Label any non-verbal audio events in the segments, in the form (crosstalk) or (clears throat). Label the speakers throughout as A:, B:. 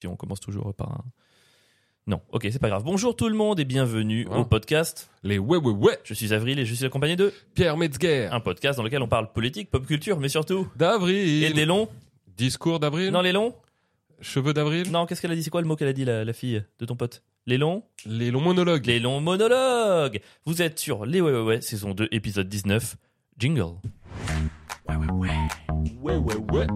A: Puis on commence toujours par un. Non, ok, c'est pas grave. Bonjour tout le monde et bienvenue
B: Voilà.
A: au podcast.
B: Les ouais ouais ouais.
A: Je suis Avril et je suis accompagné de
B: Pierre Metzger.
A: un podcast dans lequel on parle politique, pop culture, mais surtout. Et
B: D'avril.
A: des longs
B: Discours d'avril.
A: Non, les longs
B: Cheveux d'avril.
A: Non, qu'est-ce qu'elle a dit C'est quoi le mot qu'elle a dit, la, la fille de ton pote Les longs
B: Les longs monologues.
A: Les longs monologues Vous êtes sur Les Ouais Ouais Ouais, saison 2, épisode 19, jingle.
B: Ouais ouais ouais. Ouais, ouais, ouais.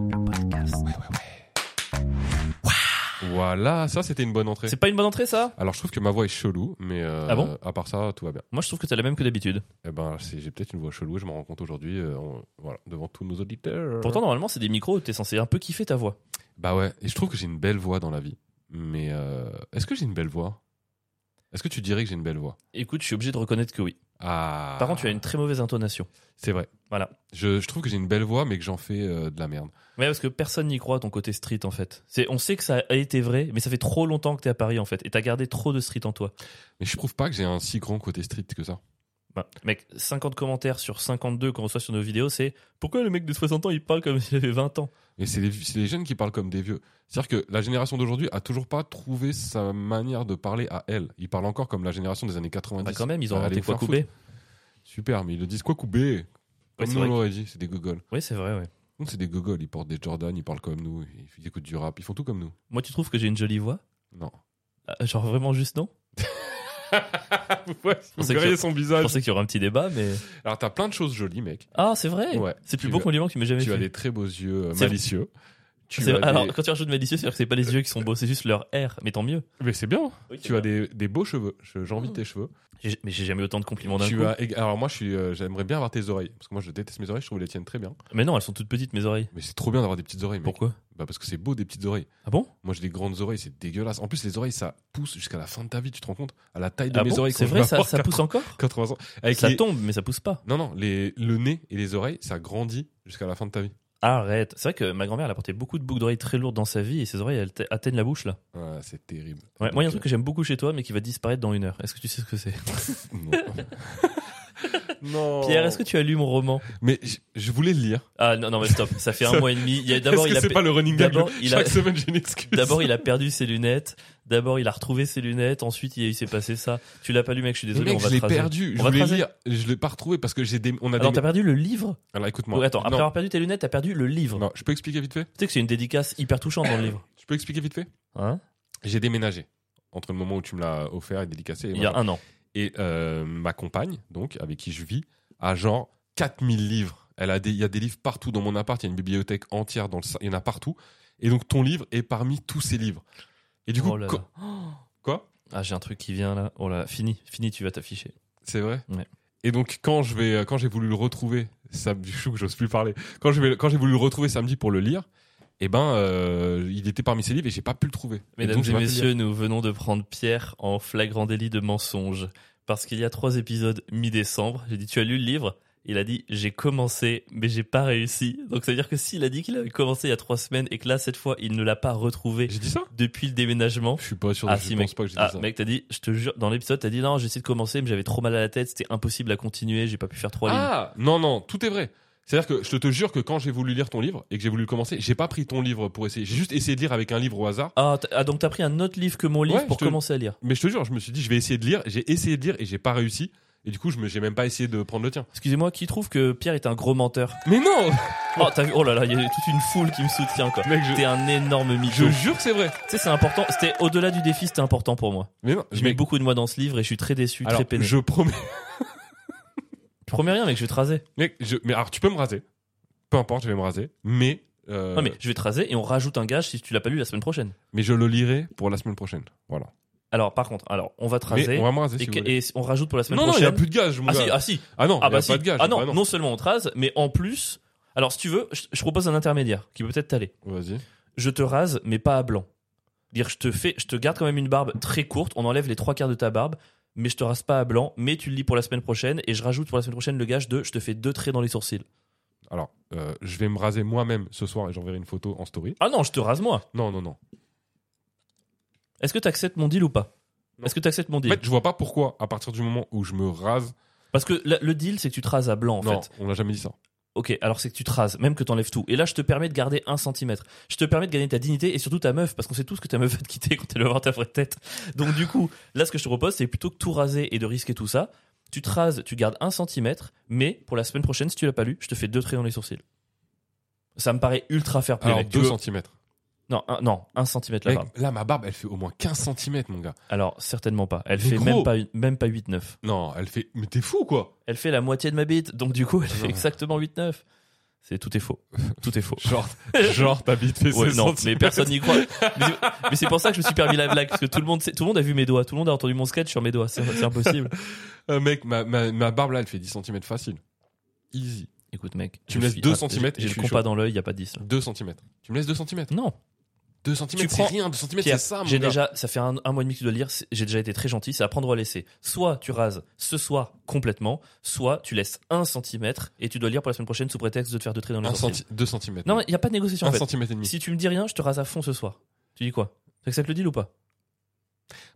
B: Voilà, ça c'était une bonne entrée.
A: C'est pas une bonne entrée ça
B: Alors je trouve que ma voix est chelou, mais euh,
A: Ah bon
B: à part ça, tout va bien.
A: Moi je trouve que c'est la même que d'habitude.
B: Eh ben, c'est- j'ai peut-être une voix chelou, je m'en rends compte aujourd'hui, euh, en- voilà, devant tous nos auditeurs.
A: Pourtant, normalement, c'est des micros où t'es censé un peu kiffer ta voix.
B: Bah ouais, et je trouve que j'ai une belle voix dans la vie. Mais euh, est-ce que j'ai une belle voix Est-ce que tu dirais que j'ai une belle voix
A: Écoute, je suis obligé de reconnaître que oui.
B: Ah.
A: Par contre, tu as une très mauvaise intonation.
B: C'est vrai.
A: Voilà.
B: Je, je trouve que j'ai une belle voix, mais que j'en fais euh, de la merde.
A: Ouais, parce que personne n'y croit ton côté street en fait. C'est, on sait que ça a été vrai, mais ça fait trop longtemps que t'es à Paris en fait, et t'as gardé trop de street en toi.
B: Mais je trouve pas que j'ai un si grand côté street que ça.
A: Bah, mec, 50 commentaires sur 52 qu'on reçoit sur nos vidéos, c'est pourquoi le mec de 60 ans il parle comme s'il avait 20 ans
B: Et c'est les, c'est les jeunes qui parlent comme des vieux. C'est-à-dire que la génération d'aujourd'hui a toujours pas trouvé sa manière de parler à elle. Ils parlent encore comme la génération des années 90.
A: Bah quand même, ils ont
B: Bah,
A: inventé
B: allez
A: quoi
B: faire
A: couper
B: Super, mais ils le disent quoi coubé Comme
A: c'est
B: nous euh,
A: vrai.
B: on l'aurait dit, c'est des gogoles.
A: Oui, c'est vrai, ouais.
B: Donc c'est des gogoles, ils portent des Jordan, ils parlent comme nous, ils écoutent du rap, ils font tout comme nous.
A: Moi, tu trouves que j'ai une jolie voix (laughs)
B: Non.
A: Ah, Genre vraiment juste non
B: ouais,
A: vous verriez
B: son
A: Je
B: visage.
A: pensais qu'il y aurait un petit débat, mais.
B: Alors t'as plein de choses jolies, mec.
A: Ah, c'est vrai
B: Ouais.
A: C'est le plus
B: Tu
A: beau
B: as-
A: compliment que tu m'as jamais
B: Tu as
A: fait.
B: des très beaux yeux euh,
A: C'est-
B: malicieux. Tu
A: C'est-
B: as des-
A: Alors, quand tu rajoutes malicieux, c'est-à-dire que c'est pas les yeux qui sont beaux, c'est juste leur air, mais tant mieux.
B: Mais c'est bien.
A: Oui, c'est
B: Tu as des, des beaux cheveux. Je- J'envie
A: Mm.
B: tes cheveux.
A: J'ai- Mais j'ai jamais autant de compliments d'un
B: Tu
A: coup.
B: as ég- Alors moi, je suis, euh, j'aimerais bien avoir tes oreilles parce que moi, je déteste mes oreilles. Je trouve les tiennes très bien.
A: Mais non, elles sont toutes petites, mes oreilles.
B: Mais c'est trop bien d'avoir des petites oreilles. mec.
A: Pourquoi
B: Bah parce que c'est beau des petites oreilles.
A: Ah bon
B: Moi, j'ai des grandes oreilles, c'est dégueulasse. En plus, les oreilles, ça pousse jusqu'à la fin de ta vie. Tu te rends compte À la taille de
A: Ah
B: mes
A: bon
B: oreilles.
A: C'est
B: quand je
A: vrai,
B: vais
A: ça,
B: (laughs) avoir
A: ça pousse encore
B: 80 ans. Avec
A: Ça
B: les-
A: tombe, mais ça pousse pas.
B: Non, non, les... le nez et les oreilles, ça grandit jusqu'à la fin de ta vie.
A: Arrête. C'est vrai que ma grand-mère, elle a porté beaucoup de boucles d'oreilles très lourdes dans sa vie et ses oreilles, elles t- atteignent la bouche là.
B: Ah, c'est terrible.
A: Ouais, moi, il y a un
B: Donc,
A: truc que j'aime beaucoup chez toi, mais qui va disparaître dans une heure. Est-ce que tu sais ce que c'est
B: Non. (laughs) non.
A: Pierre, est-ce que tu as lu mon roman
B: Mais je, je voulais le lire.
A: Ah non, non, mais stop. Ça fait un
B: Ça-
A: mois et demi. Il y a-
B: D'abord,
A: D'abord,
B: Est-ce
A: il
B: que
A: a
B: c'est
A: pe-
B: pas le running gag
A: d'abord,
B: de-
A: il a-
B: Chaque semaine, j'ai une excuse.
A: D'abord, il a perdu ses lunettes. D'abord, il a retrouvé ses lunettes. Ensuite, il, y a- il s'est passé ça. Tu l'as pas lu, mec. Je suis désolé.
B: Mec,
A: on va
B: je l'ai
A: te raser.
B: perdu.
A: On
B: Je
A: va te
B: voulais
A: raser.
B: lire. Je l'ai pas retrouvé parce que j'ai des. On a
A: Alors,
B: des.
A: t'as perdu le livre
B: Alors, écoute-moi.
A: Ouais, Attends, après
B: Non.
A: avoir perdu tes lunettes, t'as perdu le livre.
B: Non, je peux expliquer vite fait
A: Tu sais que c'est une dédicace hyper touchante dans le livre.
B: Je peux expliquer vite fait
A: Hein
B: J'ai déménagé entre le moment où tu me l'as offert et dédicacé. Et,
A: il y a
B: machin.
A: un an.
B: Et, euh, ma compagne, donc, avec qui je vis, a genre 4000 livres. Elle a des, il y a des livres partout dans mon appart. Il y a une bibliothèque entière dans le, sa- il y en a partout. Et donc, ton livre est parmi tous ces livres. Et du coup,
A: Oh là là.
B: co- quoi
A: Ah, j'ai un truc qui vient là. Oh là, fini, fini, tu vas t'afficher.
B: C'est vrai.
A: Ouais.
B: Et donc quand je vais, quand j'ai voulu le retrouver, ça me (laughs) chou que j'ose plus parler. Quand je vais, quand j'ai voulu le retrouver samedi pour le lire, eh ben, euh, il était parmi ses livres et j'ai pas pu le trouver. Et
A: Mesdames
B: donc, j'ai
A: et
B: pas pu le lire.
A: messieurs, nous venons de prendre Pierre en flagrant délit de mensonge. Parce qu'il y a trois épisodes mi-décembre, j'ai dit tu as lu le livre Il a dit j'ai commencé mais j'ai pas réussi. Donc ça veut dire que s'il a dit qu'il avait commencé il y a trois semaines et que là cette fois il ne l'a pas retrouvé
B: j'ai dit ça
A: depuis le déménagement.
B: Je suis pas sûr.
A: Ah,
B: je
A: si,
B: pense
A: mec.
B: pas que j'ai dit
A: Ah
B: ça.
A: mec t'as dit je te jure dans l'épisode t'as dit non j'ai essayé de commencer mais j'avais trop mal à la tête c'était impossible à continuer j'ai pas pu faire trois lignes.
B: Ah non non, tout est vrai. C'est-à-dire que je te, te jure que quand j'ai voulu lire ton livre et que j'ai voulu le commencer, j'ai pas pris ton livre pour essayer. J'ai juste essayé de lire avec un livre au hasard.
A: Ah, t- ah, donc t'as pris un autre livre que mon livre
B: Ouais,
A: pour
B: je te-
A: commencer à lire.
B: Mais je te jure, je me suis dit, je vais essayer de lire. J'ai essayé de lire et j'ai pas réussi. Et du coup, je me, j'ai même pas essayé de prendre le tien.
A: Excusez-moi qui trouve que Pierre est un gros menteur. (laughs)
B: Mais non,
A: Oh t'as vu oh là là il y a toute une foule qui me soutient quoi.
B: mec, je,
A: T'es un énorme mytho.
B: je jure que c'est vrai.
A: Tu sais, c'est important. C'était au-delà du défi, c'était important pour moi.
B: Mais non,
A: Je
B: mec,
A: mets beaucoup de moi dans ce livre et je suis très déçu,
B: alors,
A: très peiné.
B: je promets.
A: Tu promets rien, mec, je vais te raser.
B: Mec, je- mais alors tu peux me raser. Peu importe, je vais me raser. Mais, euh,
A: Non, mais je vais te raser et on rajoute un gage si tu l'as pas lu la semaine prochaine.
B: mais je le lirai pour la semaine prochaine. Voilà.
A: Alors, par contre, alors, on va te
B: Mais
A: raser
B: on va me raser.
A: et,
B: si
A: que-
B: vous voulez.
A: et on rajoute pour la semaine
B: non, non, il n'y
A: prochaine.
B: a plus de gage, mon
A: ah,
B: gars.
A: si, ah si.
B: Ah non,
A: Ah
B: il n'y a
A: bah
B: pas
A: si.
B: de gage.
A: ah non,
B: Bah
A: non seulement on te rase, mais en plus. Alors, si tu veux, je, je propose un intermédiaire qui peut peut-être t'aller.
B: Vas-y.
A: Je te rase, mais pas à blanc. Dire, je te fais, je te garde quand même une barbe très courte. On enlève les trois quarts de ta barbe, mais je te rase pas à blanc. Mais tu le lis pour la semaine prochaine et je rajoute pour la semaine prochaine le gage de, je te fais deux traits dans les sourcils.
B: Alors, euh, je vais me raser moi-même ce soir et j'enverrai une photo en story.
A: Ah non, je te rase moi.
B: Non, non, non.
A: Est-ce que tu acceptes mon deal ou pas
B: Non.
A: Est-ce que tu acceptes mon
B: En
A: deal
B: fait, je vois pas pourquoi, à partir du moment où je me rase.
A: Parce que la- le deal, c'est que tu te rases à blanc en
B: non,
A: fait.
B: on n'a jamais dit ça.
A: Ok, alors c'est que tu te rases, même que t'enlèves tout. Et là, je te permets de garder un centimètre. Je te permets de gagner ta dignité et surtout ta meuf, parce qu'on sait tous que ta meuf va te quitter quand elle va voir ta vraie tête. Donc du coup, là, ce que je te propose, c'est plutôt que tout raser et de risquer tout ça, tu te rases, tu gardes un centimètre, mais pour la semaine prochaine, si tu l'as pas lu, je te fais deux traits dans les sourcils. Ça me paraît ultra fair play.
B: Alors
A: mec. Tu
B: 2
A: veux-
B: cm.
A: Non, un, non, un centimètre la barbe.
B: Là, ma barbe, elle fait au moins 15 cm, mon gars.
A: Alors certainement pas. Elle
B: Mais
A: fait
B: gros.
A: même pas, une- même pas 8-9.
B: Non, elle fait. Mais t'es fou, quoi
A: Elle fait la moitié de ma bite, donc du coup, elle fait
B: Ah Non.
A: exactement 8-9. C'est tout est faux. Tout est faux.
B: Genre, (laughs) genre ta bite fait
A: Oh. Ouais,
B: 16
A: non, mais
B: centimètres.
A: personne n'y croit. Mais, c'est- mais c'est pour ça que je me suis permis la blague, parce que tout le monde, sait- tout le monde a vu mes doigts, tout le monde a entendu mon sketch sur mes doigts, c'est c'est impossible.
B: Euh, mec, ma, ma, ma barbe, là, elle fait 10 cm facile. Easy.
A: (laughs) Écoute mec,
B: Tu
A: je
B: me laisses
A: suis-
B: deux
A: ah,
B: centimètres et
A: J'ai
B: je
A: j'ai le
B: suis
A: compas
B: chaud.
A: dans l'œil, il y a pas 10. là.
B: 2 cm. Tu me laisses 2 cm
A: Non,
B: 2 cm, c'est
A: prends-
B: rien. 2 cm, c'est
A: Pierre,
B: ça, mon
A: j'ai
B: gars.
A: déjà, ça fait un, un mois et demi que tu dois le lire, c'est- j'ai déjà été très gentil, c'est à prendre ou à laisser. Soit tu rases ce soir complètement, soit tu laisses un centimètre et tu dois le lire pour la semaine prochaine sous prétexte de te faire deux traits dans les
B: 1
A: sourcils.
B: centi... 2 cm.
A: Non, il n'y a pas de négociation en
B: 1
A: fait.
B: cm et demi.
A: Si tu me dis rien, je te rase à fond ce soir. Tu dis quoi T'acceptes le deal ou pas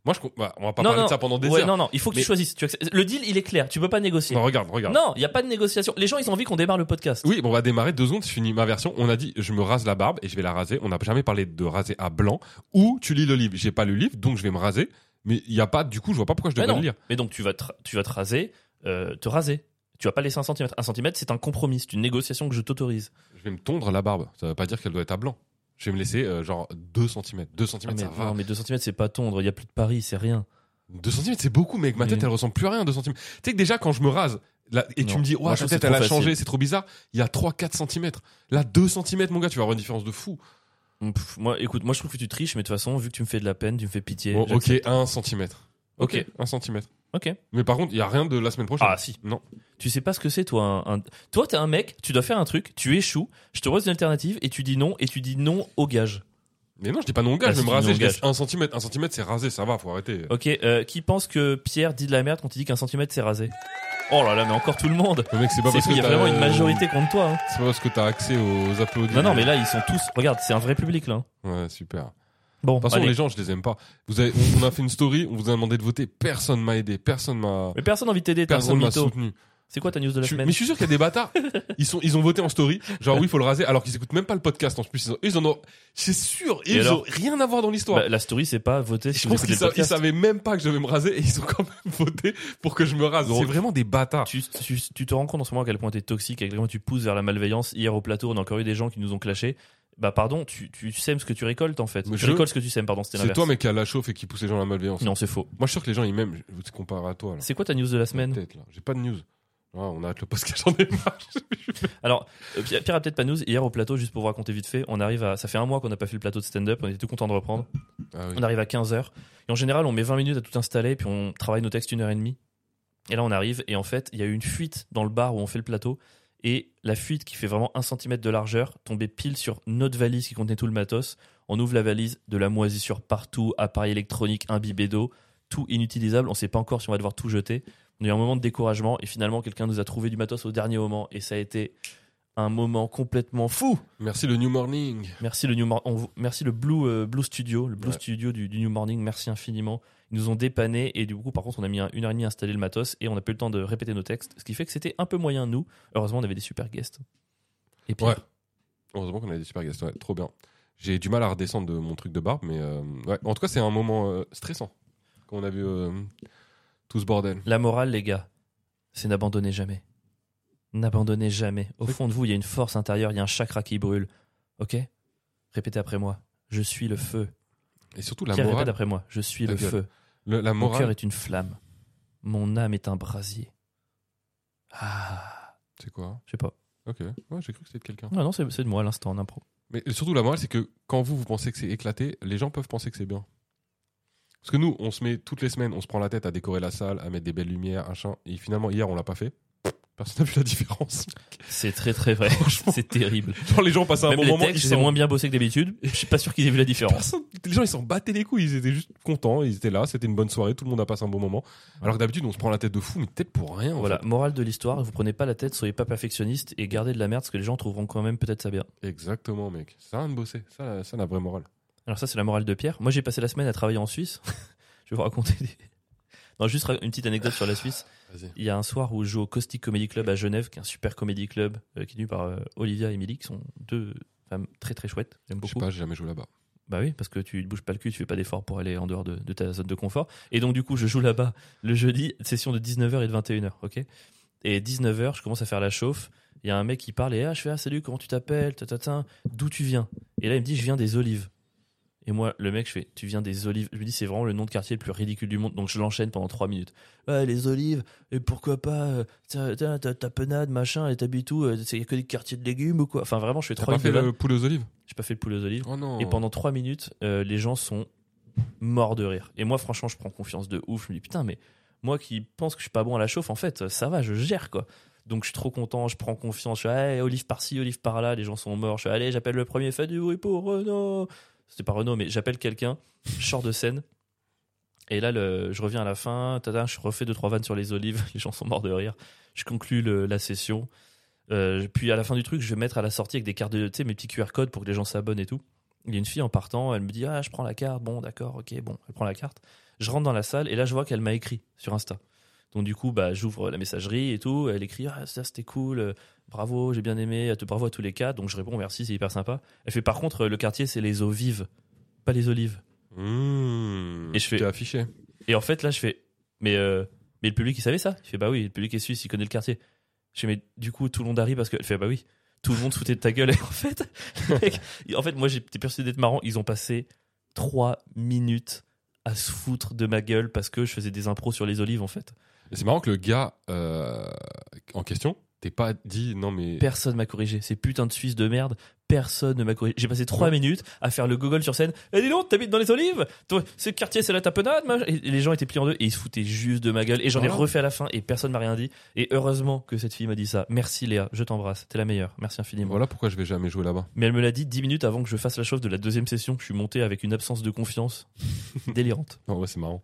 B: Moi, je... com- bah, on va pas
A: Non,
B: parler
A: non.
B: de ça pendant des
A: Ouais,
B: heures.
A: non, non, il faut que
B: Mais-
A: tu choisisses. Tu acceptes- Le deal, il est clair, tu peux pas négocier.
B: Non, regarde, regarde.
A: Non, il n'y a pas de négociation. Les gens, ils ont envie qu'on démarre le podcast.
B: Oui, bon, on va démarrer deux secondes. Je finis ma version. On a dit, je me rase la barbe et je vais la raser. On n'a jamais parlé de raser à blanc ou tu lis le livre. J'ai pas lu le livre, donc je vais me raser. Mais il y a pas, du coup, je vois pas pourquoi je
A: mais
B: devrais
A: non.
B: le lire.
A: Mais donc, tu vas te, tu vas te raser, euh, te raser. Tu vas pas laisser un centimètre. Un centimètre, c'est un compromis, c'est une négociation que je t'autorise.
B: Je vais me tondre la barbe. Ça veut pas dire qu'elle doit être à blanc. Je vais me laisser, euh, genre, 2 cm. 2 cm,
A: Ah, mais,
B: ça va.
A: non, mais 2 centimètres, c'est pas tondre. Il y a plus de Paris, c'est rien.
B: 2 cm, c'est beaucoup, mec. Ma tête,
A: Oui.
B: elle ressemble plus à rien, 2 cm. Tu sais que déjà, quand je me rase, là, et tu
A: Non.
B: me dis, ouais,
A: Moi, je
B: ta
A: trouve que
B: tête,
A: c'est
B: elle a
A: trop
B: changé,
A: facile.
B: c'est trop bizarre. Il y a 3-4 cm. Là, 2 cm, mon gars, tu vas avoir une différence de fou.
A: Mm, pff, moi, écoute, moi, je trouve que tu triches, mais de toute façon, vu que tu me fais de la peine, tu me fais pitié.
B: Bon, ok,
A: j'accepte.
B: 1 cm.
A: Ok.
B: 1 cm.
A: Ok.
B: Mais par contre, il y a rien de la semaine prochaine.
A: Ah, si.
B: Non.
A: Tu sais pas ce que c'est, toi. Un, un- Toi, t'es un mec, tu dois faire un truc, tu échoues, je te pose une alternative et tu dis non, et tu dis non au gage.
B: Mais non, je dis pas non au gage,
A: Ah,
B: je vais
A: si,
B: me
A: tu
B: raser,
A: dis
B: je
A: non au
B: laisse 1 cm. 1 cm, c'est rasé, ça va, faut arrêter.
A: Ok, euh, qui pense que Pierre dit de la merde quand il dit qu'un centimètre, c'est rasé Oh là là, mais encore tout le monde
B: Mais mec, c'est pas
A: C'est
B: parce
A: fou,
B: que
A: il y a
B: t'as- euh,
A: vraiment une majorité contre toi. hein.
B: C'est pas parce que t'as accès aux applaudissements.
A: Non, non, mais là, ils sont tous. Regarde, c'est un vrai public, là.
B: Ouais, super.
A: Bon,
B: De toute façon,
A: allez.
B: les gens, je les aime pas. Vous avez, on, on a fait une story, on vous a demandé de voter, personne m'a aidé, personne m'a,
A: Mais personne n'a envie de t'aider, t'es un gros
B: personne m'a
A: mytho.
B: soutenu.
A: C'est quoi ta news de la
B: Je suis- mais
A: semaine
B: je suis sûr qu'il y a
A: (laughs)
B: des bâtards. Ils sont, ils ont voté en story. Genre oui, il faut le raser. Alors qu'ils écoutent même pas le podcast. En plus, ils en, ils en ont, c'est sûr,
A: Et
B: ils
A: alors
B: ont rien à voir dans l'histoire.
A: Bah, La story, c'est pas voter si
B: je
A: vous
B: pense
A: écoutez
B: qu'ils
A: le
B: sa- ils
A: podcast.
B: savaient même pas que je devais me raser et ils ont quand même (laughs) voté pour que je me rase.
A: Drôle.
B: C'est vraiment des bâtards.
A: Tu, tu, tu te rends compte en ce moment à quel point t'es toxique, à quel point tu pousses vers la malveillance. Hier au plateau, on a encore eu des gens qui nous ont clashés. Bah pardon, tu, tu sèmes ce que tu récoltes en fait.
B: Mais
A: tu
B: je-
A: récoltes ce que tu sèmes, pardon, c'était
B: C'est
A: l'inverse.
B: toi, mec, qui a la chauffe et qui pousse les gens à la malveillance.
A: Non, c'est faux.
B: Moi, je suis sûr que les gens, ils m'aiment. Je te compare à toi, là.
A: C'est quoi ta news de la semaine
B: Peut-être, là. J'ai pas de news. Ah, on arrête le podcast, j'en ai marre.
A: Alors, euh, Pierre Pierre a peut-être pas de news. Hier au plateau, juste pour vous raconter vite fait, on arrive à. Ça fait un mois qu'on n'a pas fait le plateau de stand-up, on était tout content de reprendre.
B: Ah oui.
A: On arrive à 15h. Et en général, on met 20 minutes à tout installer, puis on travaille nos textes une heure et demie. Et là, on arrive, et en fait, il y a eu une fuite dans le bar où on fait le plateau. Et la fuite qui fait vraiment un centimètre de largeur tombait pile sur notre valise qui contenait tout le matos. On ouvre la valise, de la moisissure partout, appareil électronique imbibé d'eau, tout inutilisable. On sait pas encore si on va devoir tout jeter. On a eu un moment de découragement et finalement quelqu'un nous a trouvé du matos au dernier moment et ça a été un moment complètement fou.
B: Merci le New Morning.
A: Merci le New Mor- on vous- merci le Blue euh, Blue Studio, le Blue
B: Ouais.
A: Studio du, du New Morning, merci infiniment. Ils nous ont dépanné et du coup par contre on a mis un- une heure et demie à installer le matos et on n'a pas eu le temps de répéter nos textes, ce qui fait que c'était un peu moyen nous. Heureusement on avait des super guests. Et puis
B: Ouais. Heureusement qu'on a des super guests, ouais, trop bien. J'ai du mal à redescendre de mon truc de barbe, mais euh, ouais. En tout cas, c'est un moment euh, stressant quand on a vu euh, tout ce bordel.
A: la morale les gars, c'est n'abandonnez jamais. N'abandonnez jamais. Au fond de vous, il y a une force intérieure, il y a un chakra qui brûle. OK Répétez après moi. Je suis le feu.
B: Et surtout la
A: Pierre, répète
B: morale.
A: après moi. Je suis
B: Ta
A: le
B: gueule.
A: feu.
B: le- la
A: Mon cœur
B: morale,
A: est une flamme. Mon âme est un brasier. Ah,
B: c'est quoi
A: je sais pas.
B: Ok, ouais, j'ai cru que c'était de quelqu'un.
A: Ah Non, non, c'est c'est de moi à l'instant en impro.
B: Mais surtout la morale, c'est que quand vous vous pensez que c'est éclaté, les gens peuvent penser que c'est bien. Parce que nous, on se met toutes les semaines, on se prend la tête à décorer la salle, à mettre des belles lumières, machin. Et finalement, hier, on l'a pas fait. Personne n'a vu la différence. (laughs)
A: C'est très très (laughs) vrai.
B: Franchement,
A: c'est terrible.
B: genre les gens passaient un
A: Même
B: bon
A: les
B: moment.
A: textes,
B: ils
A: j'ai
B: s'en-
A: moins bien bossé que d'habitude. Je suis pas sûr qu'ils aient vu la différence.
B: personne- les gens ils s'en battaient les couilles, ils étaient juste contents, ils étaient là, c'était une bonne soirée, tout le monde a passé un bon moment. Alors que d'habitude on se prend la tête de fou, mais peut-être pour rien. en
A: Voilà, morale de l'histoire, vous prenez pas la tête, soyez pas perfectionniste et gardez de la merde parce que les gens trouveront quand même peut-être ça bien.
B: fait. Exactement, mec. Ça rien de bosser, ça, ça la vraie morale.
A: (laughs) Alors ça c'est la morale de Pierre. Moi j'ai passé la semaine à travailler en Suisse. je vais vous raconter des, Non, juste une petite anecdote sur la Suisse.
B: Vas-y.
A: Il y a un soir où je joue au Caustic Comedy Club à Genève, qui est un super comedy club euh, qui est tenu par euh, Olivia et Émilie, qui sont deux femmes très très chouettes. J'aime
B: Je sais
A: beaucoup.
B: pas, j'ai jamais joué là-bas.
A: Bah oui, parce que tu ne bouges pas le cul, tu fais pas d'efforts pour aller en dehors de, de ta zone de confort. Et donc, du coup, je joue là-bas le jeudi, session de 19h et de 21h, ok Et 19h, je commence à faire la chauffe. Il y a un mec qui parle et ah, je fais ah, salut, comment tu t'appelles Ta, ta, ta. D'où tu viens Et là, il me dit, je viens des olives. Et moi, le mec, je fais, tu viens des olives. Je me dis, c'est vraiment le nom de quartier le plus ridicule du monde. Donc, je l'enchaîne pendant 3 minutes. Ouais, les olives, et pourquoi pas euh, tiens, tiens, Ta ta penade, machin, et t'habites où Euh, C'est y a que des quartiers de légumes ou quoi Enfin, vraiment, je fais
B: T'as
A: 3
B: pas fait
A: minutes.
B: le poulet aux olives
A: J'ai pas fait le poulet aux olives.
B: Oh non.
A: Et pendant trois minutes, euh, les gens sont morts de rire. Et moi, franchement, je prends confiance de ouf. Je me dis, putain, mais moi qui pense que je suis pas bon à la chauffe, en fait, ça va, je gère, quoi. Donc, je suis trop content, je prends confiance. Je suis, hey, olive par-ci, olive par-là, les gens sont morts. Je suis, allez, j'appelle le premier fait du bruit pour Renault. C'était pas Renault, mais j'appelle quelqu'un, je sors de scène. Et là, le- je reviens à la fin, tada, je refais deux, trois vannes sur les olives, (laughs) les gens sont morts de rire. Je conclus le- la session. Euh, puis à la fin du truc, je vais mettre à la sortie avec des cartes de, tu sais, mes petits QR codes pour que les gens s'abonnent et tout. Il y a une fille en partant, elle me dit Ah, je prends la carte, bon, d'accord, ok, bon, elle prend la carte. Je rentre dans la salle et là, je vois qu'elle m'a écrit sur Insta. Donc, du coup, bah, j'ouvre la messagerie et tout. Elle écrit Ah, ça, c'était cool, euh, bravo, j'ai bien aimé, te- bravo à tous les quatre. Donc, je réponds Merci, c'est hyper sympa. Elle fait Par contre, le quartier, c'est les eaux vives, pas les olives.
B: Mmh.
A: Et je fais-
B: T'es affiché.
A: Et en fait, là, je fais Mais, euh, mais le public, il savait ça Je fais Bah oui, le public est suisse, il connaît le quartier. Je fais Mais du coup, tout le monde arrive parce que. Elle fait Bah oui, tout le monde se foutait de ta gueule. Et en fait, (laughs) le mec, en fait moi, j'étais persuadé d'être marrant. Ils ont passé trois minutes à se foutre de ma gueule parce que je faisais des impros sur les olives, en fait.
B: Et c'est marrant que le gars euh, en question, t'es pas dit non mais.
A: Personne m'a corrigé. Ces putains de Suisses de merde, personne ne m'a corrigé. J'ai passé trois minutes à faire le gogol sur scène. Eh dis donc, t'habites dans les olives Toi, Ce quartier, c'est la tapenade machin. Et les gens étaient pliés en deux et ils se foutaient juste de ma gueule. Et j'en ai
B: Ah.
A: refait à la fin et personne m'a rien dit. Et heureusement que cette fille m'a dit ça. Merci Léa, je t'embrasse. T'es la meilleure. Merci infiniment.
B: Voilà pourquoi je vais jamais jouer là-bas.
A: Mais elle me l'a dit dix minutes avant que je fasse la chauffe de la deuxième session. Je suis monté avec une absence de confiance
B: (laughs)
A: délirante.
B: Non, ouais, c'est marrant.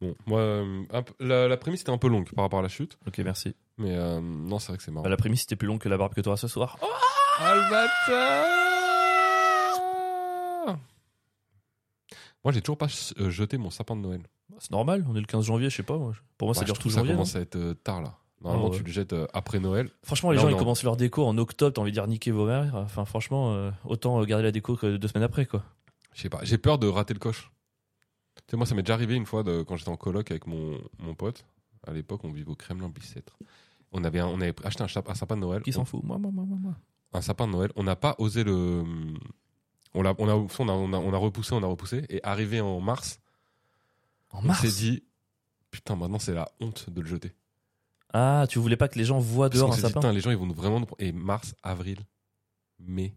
B: Bon, moi, euh, un p- la, la prémisse était un peu longue par rapport à la chute,
A: Ok, merci.
B: mais euh, non, c'est vrai que c'est marrant.
A: Bah, la prémisse était plus longue que la barbe que t'auras ce soir. Oh,
B: Ah, le bâtard Moi, j'ai toujours pas euh, jeté mon sapin de Noël.
A: Bah, c'est normal, on est le 15 janvier, je sais pas. moi. Pour moi,
B: Bah,
A: ça
B: je
A: dure tout
B: trouve ça
A: janvier. non
B: commence à être euh, tard là. Normalement,
A: Ah ouais.
B: tu le jettes euh, après Noël.
A: Franchement, les
B: Non,
A: gens,
B: non.
A: ils commencent leur déco en octobre, t'as envie de dire niquez vos mères. Enfin, franchement, euh, autant euh, garder la déco que deux semaines après, quoi.
B: Je sais pas, j'ai peur de rater le coche. Tu sais, moi, ça m'est déjà arrivé une fois de- quand j'étais en coloc avec mon, mon pote. À l'époque, on vivait au Kremlin-Bicêtre. On avait, un- on avait acheté un, chap- un sapin de Noël.
A: Qui
B: On-
A: s'en fout Moi, moi, moi, moi, moi.
B: un sapin de Noël. On n'a pas osé le. On l'a- on a, on a, on a, on a repoussé, on a repoussé. Et arrivé en mars,
A: En
B: on s'est
A: mars
B: dit Putain, maintenant c'est la honte de le jeter.
A: Ah, tu voulais pas que les gens voient
B: Parce
A: dehors
B: qu'on
A: un
B: s'est dit
A: sapin
B: Putain, les gens ils vont nous vraiment. nous prendre. Et mars, avril, mai,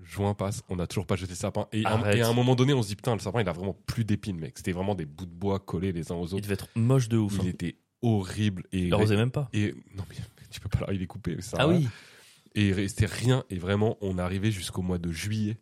B: juin passe, on n'a toujours pas jeté le sapin. Et, à-
A: Arrête.
B: et à un moment donné, on se dit Putain, le sapin il a vraiment plus d'épines, mec. C'était vraiment des bouts de bois collés les uns aux
A: Il
B: autres.
A: devait être moche de ouf.
B: Il,
A: hein.
B: était horrible. Et,
A: Il osait même pas.
B: et non, mais (laughs) tu peux pas l'arriver il est coupé. ça
A: Ah
B: va.
A: oui
B: Et il restait rien. Et vraiment, on arrivait jusqu'au mois de juillet.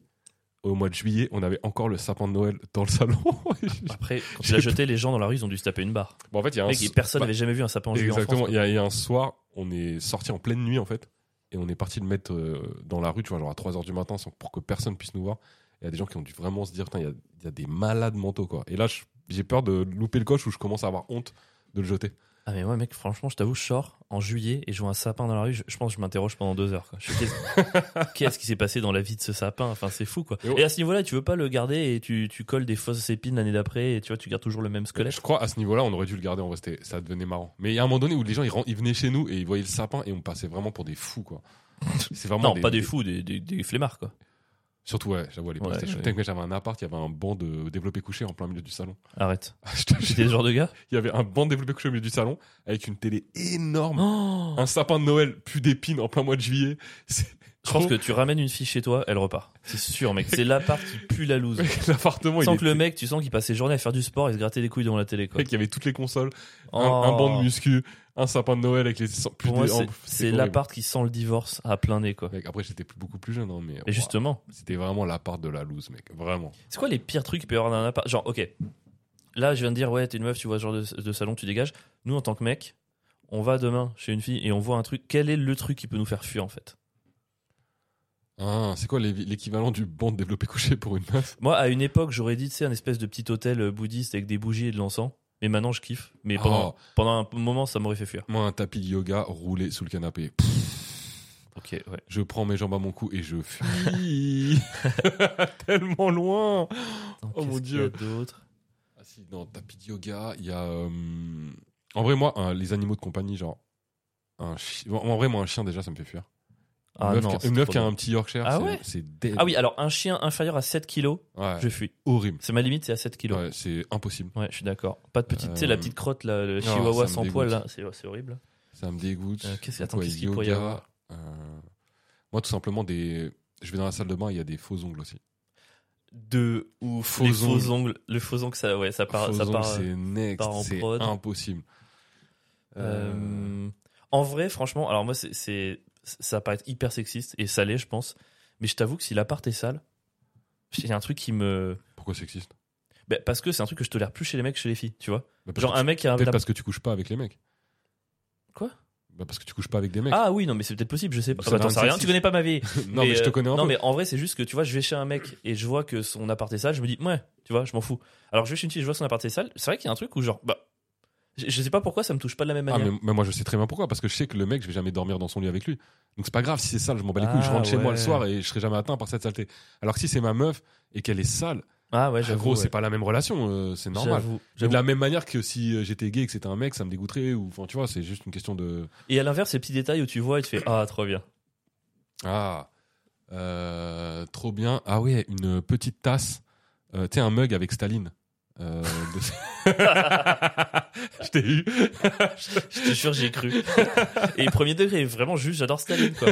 B: Au mois de juillet, on avait encore le sapin de Noël dans
A: (laughs)
B: le salon. (laughs)
A: Après, quand tu
B: J'ai
A: l'as jeté, les gens dans la rue, ils ont dû se taper une barre.
B: bon, en fait, il y a un
A: Mec,
B: so-
A: personne
B: bah,
A: n'avait jamais vu un sapin en juillet en France.
B: Exactement. Il y, a- il y a un soir, on est sorti en pleine nuit, en fait. Et on est parti le mettre euh, dans la rue, tu vois, genre à 3h du matin, sans, pour que personne puisse nous voir. Il y a des gens qui ont dû vraiment se dire, putain, il y a, il y a des malades mentaux, quoi. Et là, je- j'ai peur de louper le coche où je commence à avoir honte de le jeter.
A: Ah mais ouais mec, franchement, je t'avoue, je sors en juillet et je vois un sapin dans la rue. Je, je pense que je m'interroge pendant deux heures. quoi. Je fais, Qu'est-ce (laughs) qu'est-ce qui s'est passé dans la vie de ce sapin Enfin, c'est fou quoi.
B: Et ouais.
A: Et à ce niveau-là, tu veux pas le garder et tu, tu colles des fausses épines l'année d'après et tu vois, tu gardes toujours le même squelette.
B: Je crois à ce niveau-là, on aurait dû le garder en vrai, c'était- ça devenait marrant. Mais il y a un moment donné où les gens ils, ren- ils venaient chez nous et ils voyaient le sapin et on passait vraiment pour des
A: (laughs)
B: fous quoi. C'est vraiment
A: Non, pas des fous, des, des, des flemmards quoi.
B: Surtout ouais, j'avoue à l'époque,
A: Ouais,
B: c'était chaud.
A: ouais.
B: Putain, mec, j'avais un appart, il y avait un banc de développé couché en plein milieu du salon. (laughs)
A: (laughs) Arrête.
B: Je te
A: J'étais
B: jure,
A: le genre de
B: (laughs)
A: gars.
B: il y avait un banc de développé couché au milieu du salon avec une télé énorme,
A: Oh
B: un sapin de Noël plus d'épines en plein mois
A: (laughs)
B: de juillet. C'est-
A: je pense que tu ramènes une fille chez toi, elle repart. C'est sûr, mec. C'est l'appart qui pue la loose.
B: Mec, L'appartement, (laughs) il
A: Sans
B: est-
A: que le mec, tu sens qu'il passe ses journées à faire du sport et se gratter les couilles devant la télé quoi.
B: mec, il y avait toutes les consoles, un,
A: Oh.
B: un banc de muscu, un sapin de Noël avec les plus
A: Pour moi,
B: des-
A: c'est-
B: en-
A: c'est
B: horrible.
A: l'appart qui sent le divorce à plein nez quoi.
B: Mec, après j'étais plus- beaucoup plus jeune hein, mais
A: Et
B: ouah,
A: justement.
B: c'était vraiment l'appart de la loose mec, vraiment.
A: C'est quoi les pires trucs qu'il peut y avoir dans un appart Genre, ok, là, je viens de dire, ouais, t'es une meuf, tu vois ce genre de, de salon, tu dégages. Nous, en tant que mec, on va demain chez une fille et on voit un truc. Quel est le truc qui peut nous faire fuir, en fait
B: Ah, c'est quoi l'évi- l'équivalent du banc de développé couché pour une meuf
A: Moi, à une époque, j'aurais dit, tu sais, un espèce de petit hôtel euh, bouddhiste avec des bougies et de l'encens. Mais maintenant, je kiffe. Mais
B: Oh.
A: pendant, pendant un moment, ça m'aurait fait fuir.
B: Moi, un tapis de yoga roulé sous le canapé.
A: Ok, ouais.
B: Je prends mes jambes à mon cou et je
A: (laughs)
B: fuis (laughs) tellement loin.
A: Attends,
B: Oh mon
A: qu'est-ce qu'il y a
B: Dieu.
A: d'autre
B: Ah si, dans tapis de yoga, il y a. euh, En vrai, moi, un- les animaux de compagnie, genre. Un chi- en- En vrai, moi, un chien, déjà, ça me fait fuir.
A: Ah
B: une meuf,
A: non,
B: qui, a-
A: c'est
B: une meuf
A: trop
B: qui a
A: drôle.
B: un petit Yorkshire,
A: Ah
B: c'est-
A: ouais
B: c'est dead.
A: Ah oui, alors un chien inférieur à 7 kilos,
B: Ouais,
A: je fuis.
B: horrible.
A: C'est ma limite, c'est à 7 kilos. Ouais,
B: Ouais, c'est impossible.
A: je suis d'accord. Pas de petite, tu sais,
B: Euh,
A: la petite crotte, là, le
B: ça
A: chihuahua
B: me
A: sans
B: dégoûte.
A: poil, là, c'est c'est horrible.
B: Ça me dégoûte.
A: Euh, qu'est-ce-
B: C'est
A: attends,
B: quoi,
A: qu'est-ce qu'il pourrait y
B: yoga,
A: avoir
B: euh, Moi, tout simplement, des... je vais dans la salle de bain, il y a des faux ongles aussi.
A: De ou
B: Faux
A: les
B: ongles.
A: faux ongles. Le faux ongle, ça, ouais, ça part.
B: faux
A: ça
B: ongles,
A: part euh,
B: c'est next.
A: part en
B: C'est
A: prod.
B: impossible. Euh,
A: Euh, En vrai, franchement, alors moi, c'est, c'est- ça paraît hyper sexiste et salé, je pense. Mais je t'avoue que si l'appart est sale, il y a un truc qui me.
B: Pourquoi sexiste
A: Bah, parce que c'est un truc que je tolère plus chez les mecs que chez les filles, tu vois.
B: Bah, parce
A: Genre
B: que tu-
A: un mec qui a un.
B: Peut-être parce que tu couches pas avec les mecs.
A: Quoi
B: bah, Parce que tu couches pas avec des mecs.
A: Ah oui, non, mais c'est peut-être possible, je sais pas.
B: Ça
A: Ah bah, Attends,
B: n'a
A: ça
B: rien
A: rien,
B: de
A: tu
B: sexiste.
A: connais pas ma vie.
B: (laughs) non, mais, je te
A: euh,
B: connais un
A: Non,
B: peu.
A: mais en vrai, c'est juste que tu vois, je vais chez un mec et je vois que son appart est sale, je me dis, ouais, tu vois, je m'en fous. Alors je vais chez une fille, je vois son appart est sale. C'est vrai qu'il y a un truc où, genre, bah. Je, je sais pas pourquoi ça me touche pas de la même
B: Ah,
A: manière.
B: mais, mais moi je sais très bien pourquoi, parce que je sais que le mec, je vais jamais dormir dans son lit avec lui. Donc c'est pas grave si c'est sale, je m'en bats les couilles, je
A: Ah,
B: rentre chez moi le
A: ouais.
B: soir et je serai jamais atteint par cette saleté. Alors que si c'est ma meuf et qu'elle est sale,
A: Ah ouais, j'avoue.
B: gros,
A: ouais.
B: c'est pas la même relation, euh, c'est normal.
A: J'avoue,
B: De
A: j'avoue.
B: la même manière que si euh, j'étais gay et que c'était un mec, ça me dégoûterait, ou enfin tu vois, c'est juste une question de.
A: Et à l'inverse, ces petits détails où tu vois et tu fais, ah, trop
B: (laughs)
A: bien.
B: Ah, euh, trop bien. Ah ouais, une petite tasse. Euh, tu sais, un mug avec Staline. Euh, de- (laughs) je t'ai eu.
A: Je te jure, j'ai
B: (laughs)
A: cru. Et premier degré, vraiment juste, j'adore Staline, quoi.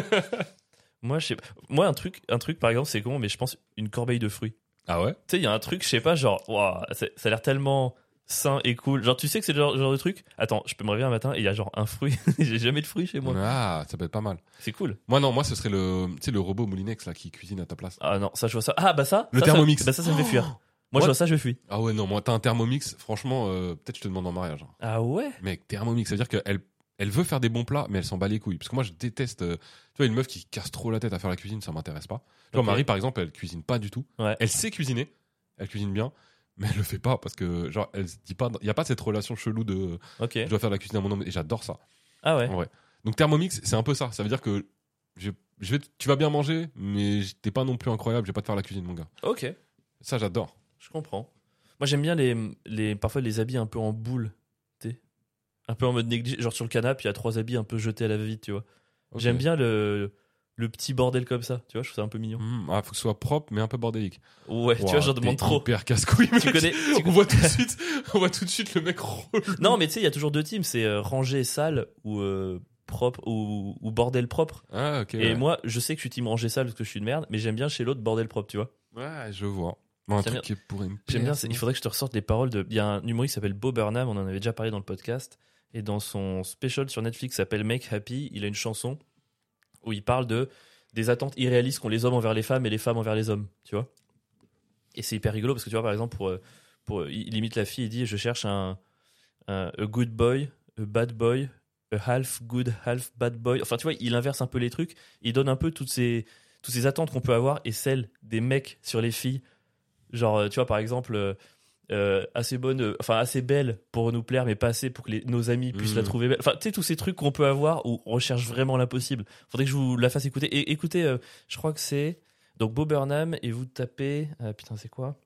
A: Moi, je sais pas. Moi, un truc, un truc, par exemple, c'est con, mais je pense une corbeille de fruits.
B: Ah ouais
A: Tu sais, il y a un truc, je sais pas, genre, Ouah, c'est- ça a l'air tellement sain et cool. Genre, tu sais que c'est le genre, genre de truc. Attends, je peux me réveiller un matin et il y a genre un fruit. (laughs) j'ai jamais de fruits chez moi.
B: Ah, ça peut être pas mal.
A: C'est cool.
B: Moi non, moi ce serait le, tu sais, le robot Moulinex là qui cuisine à ta place.
A: Ah non, ça, je vois ça. Ah, bah ça.
B: Le
A: ça,
B: Thermomix. Oh.
A: Ça, bah ça, ça me fait fuir. Moi,
B: What
A: je vois ça, je fuis.
B: Ah ouais non, moi t'as un Thermomix, franchement, euh, peut-être je te demande en mariage. hein.
A: Ah ouais
B: Mec, Thermomix, ça veut dire qu'elle elle veut faire des bons plats, mais elle s'en bat les couilles. Parce que moi, je déteste. euh, tu vois, une meuf qui casse trop la tête à faire la cuisine, ça m'intéresse pas. Tu vois,
A: Ok.
B: Marie, par exemple, elle cuisine pas du tout.
A: Ouais.
B: Elle sait cuisiner, elle cuisine bien, mais elle le fait pas parce que, genre, elle se dit pas. Il y a pas cette relation chelou de euh,
A: Ok.
B: je dois faire de la cuisine à mon homme et j'adore ça.
A: Ah ouais.
B: Ouais. Donc Thermomix, c'est un peu ça. Ça veut dire que je, je vais, tu vas bien manger, mais t'es pas non plus incroyable, je vais pas te faire la cuisine, mon gars.
A: Ok.
B: Ça, j'adore.
A: Je comprends. Moi, j'aime bien les, les, parfois les habits un peu en boule, tu sais. Un peu en mode négligé. Genre sur le canapé, il y a trois habits un peu jetés à la vide, tu vois.
B: Ok.
A: J'aime bien le, le petit bordel comme ça, tu vois. Je trouve ça un peu mignon.
B: Mmh, ah, faut que ce soit propre, mais un peu bordélique.
A: Ouais, tu vois,
B: Ouah,
A: j'en demande
B: t'es
A: trop.
B: Hyper casse-couille, mec.
A: Tu connais, tu
B: (laughs) On
A: connais-
B: voit tout de suite, (laughs) on voit tout de suite le mec relou.
A: Non, mais tu sais, il y a toujours deux teams c'est euh, rangé et sale ou euh, propre ou, ou bordel propre.
B: Ah, ok.
A: Et
B: ouais.
A: moi, je sais que je suis team rangé sale parce que je suis une merde, mais j'aime bien chez l'autre bordel propre, tu vois.
B: Ouais, je vois. Non, un
A: J'aime
B: truc qui pourrait me
A: J'aime
B: plaire,
A: bien, c'est- il
B: sinon.
A: faudrait que je te ressorte les paroles de. Il y a un humoriste qui s'appelle Bo Burnham, on en avait déjà parlé dans le podcast. Et dans son special sur Netflix qui s'appelle Make Happy, il a une chanson où il parle de des attentes irréalistes qu'ont les hommes envers les femmes et les femmes envers les hommes, tu vois. Et c'est hyper rigolo parce que tu vois, par exemple, pour, euh, pour, il imite la fille, il dit Je cherche un, un a good boy, a bad boy, a half good, half bad boy. Enfin, tu vois, il inverse un peu les trucs, il donne un peu toutes ces, toutes ces attentes qu'on peut avoir et celles des mecs sur les filles. Genre, euh, tu vois, par exemple, euh, euh, assez bonne, euh, enfin, assez belle pour nous plaire, mais pas assez pour que les- nos amis puissent
B: Mhm.
A: la trouver belle. Enfin, tu sais, tous ces trucs qu'on peut avoir où on recherche vraiment l'impossible. Faudrait que je vous la fasse écouter. Et écoutez, euh, je crois que c'est. Donc, Bob Burnham, et vous tapez. ah, putain, c'est quoi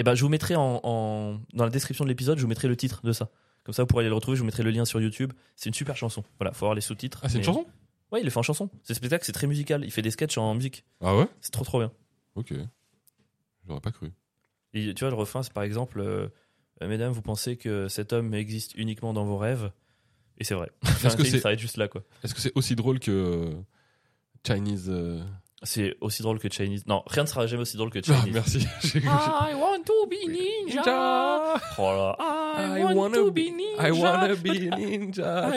A: et ben, je vous mettrai en, en- dans la description de l'épisode, je vous mettrai le titre de ça. Comme ça, vous pourrez aller le retrouver. Je vous mettrai le lien sur YouTube. C'est une super chanson. Voilà, faut avoir les sous-titres.
B: Ah, c'est une
A: mais-
B: chanson
A: Ouais, il le fait en chanson. Ce spectacle, c'est très musical. Il fait des sketchs en musique.
B: Ah ouais
A: C'est trop trop bien.
B: Ok. J'aurais pas cru.
A: Et tu vois, le refrain, c'est par exemple euh, euh, Mesdames, vous pensez que cet homme existe uniquement dans vos rêves Et c'est
B: (laughs)
A: vrai. Enfin,
B: Est-ce que
A: tu sais,
B: c'est
A: Ça arrête juste là, quoi.
B: est -ce aussi drôle que euh, Chinese. euh,
A: C'est aussi drôle que Chinese. Non, rien ne sera jamais aussi drôle que
B: Ah,
A: Chinese.
B: merci. (laughs) J'ai-
C: I want to be ninja.
A: Oh là là.
C: I,
B: I
C: want
B: wanna
C: to be ninja.
B: I wanna be a ninja.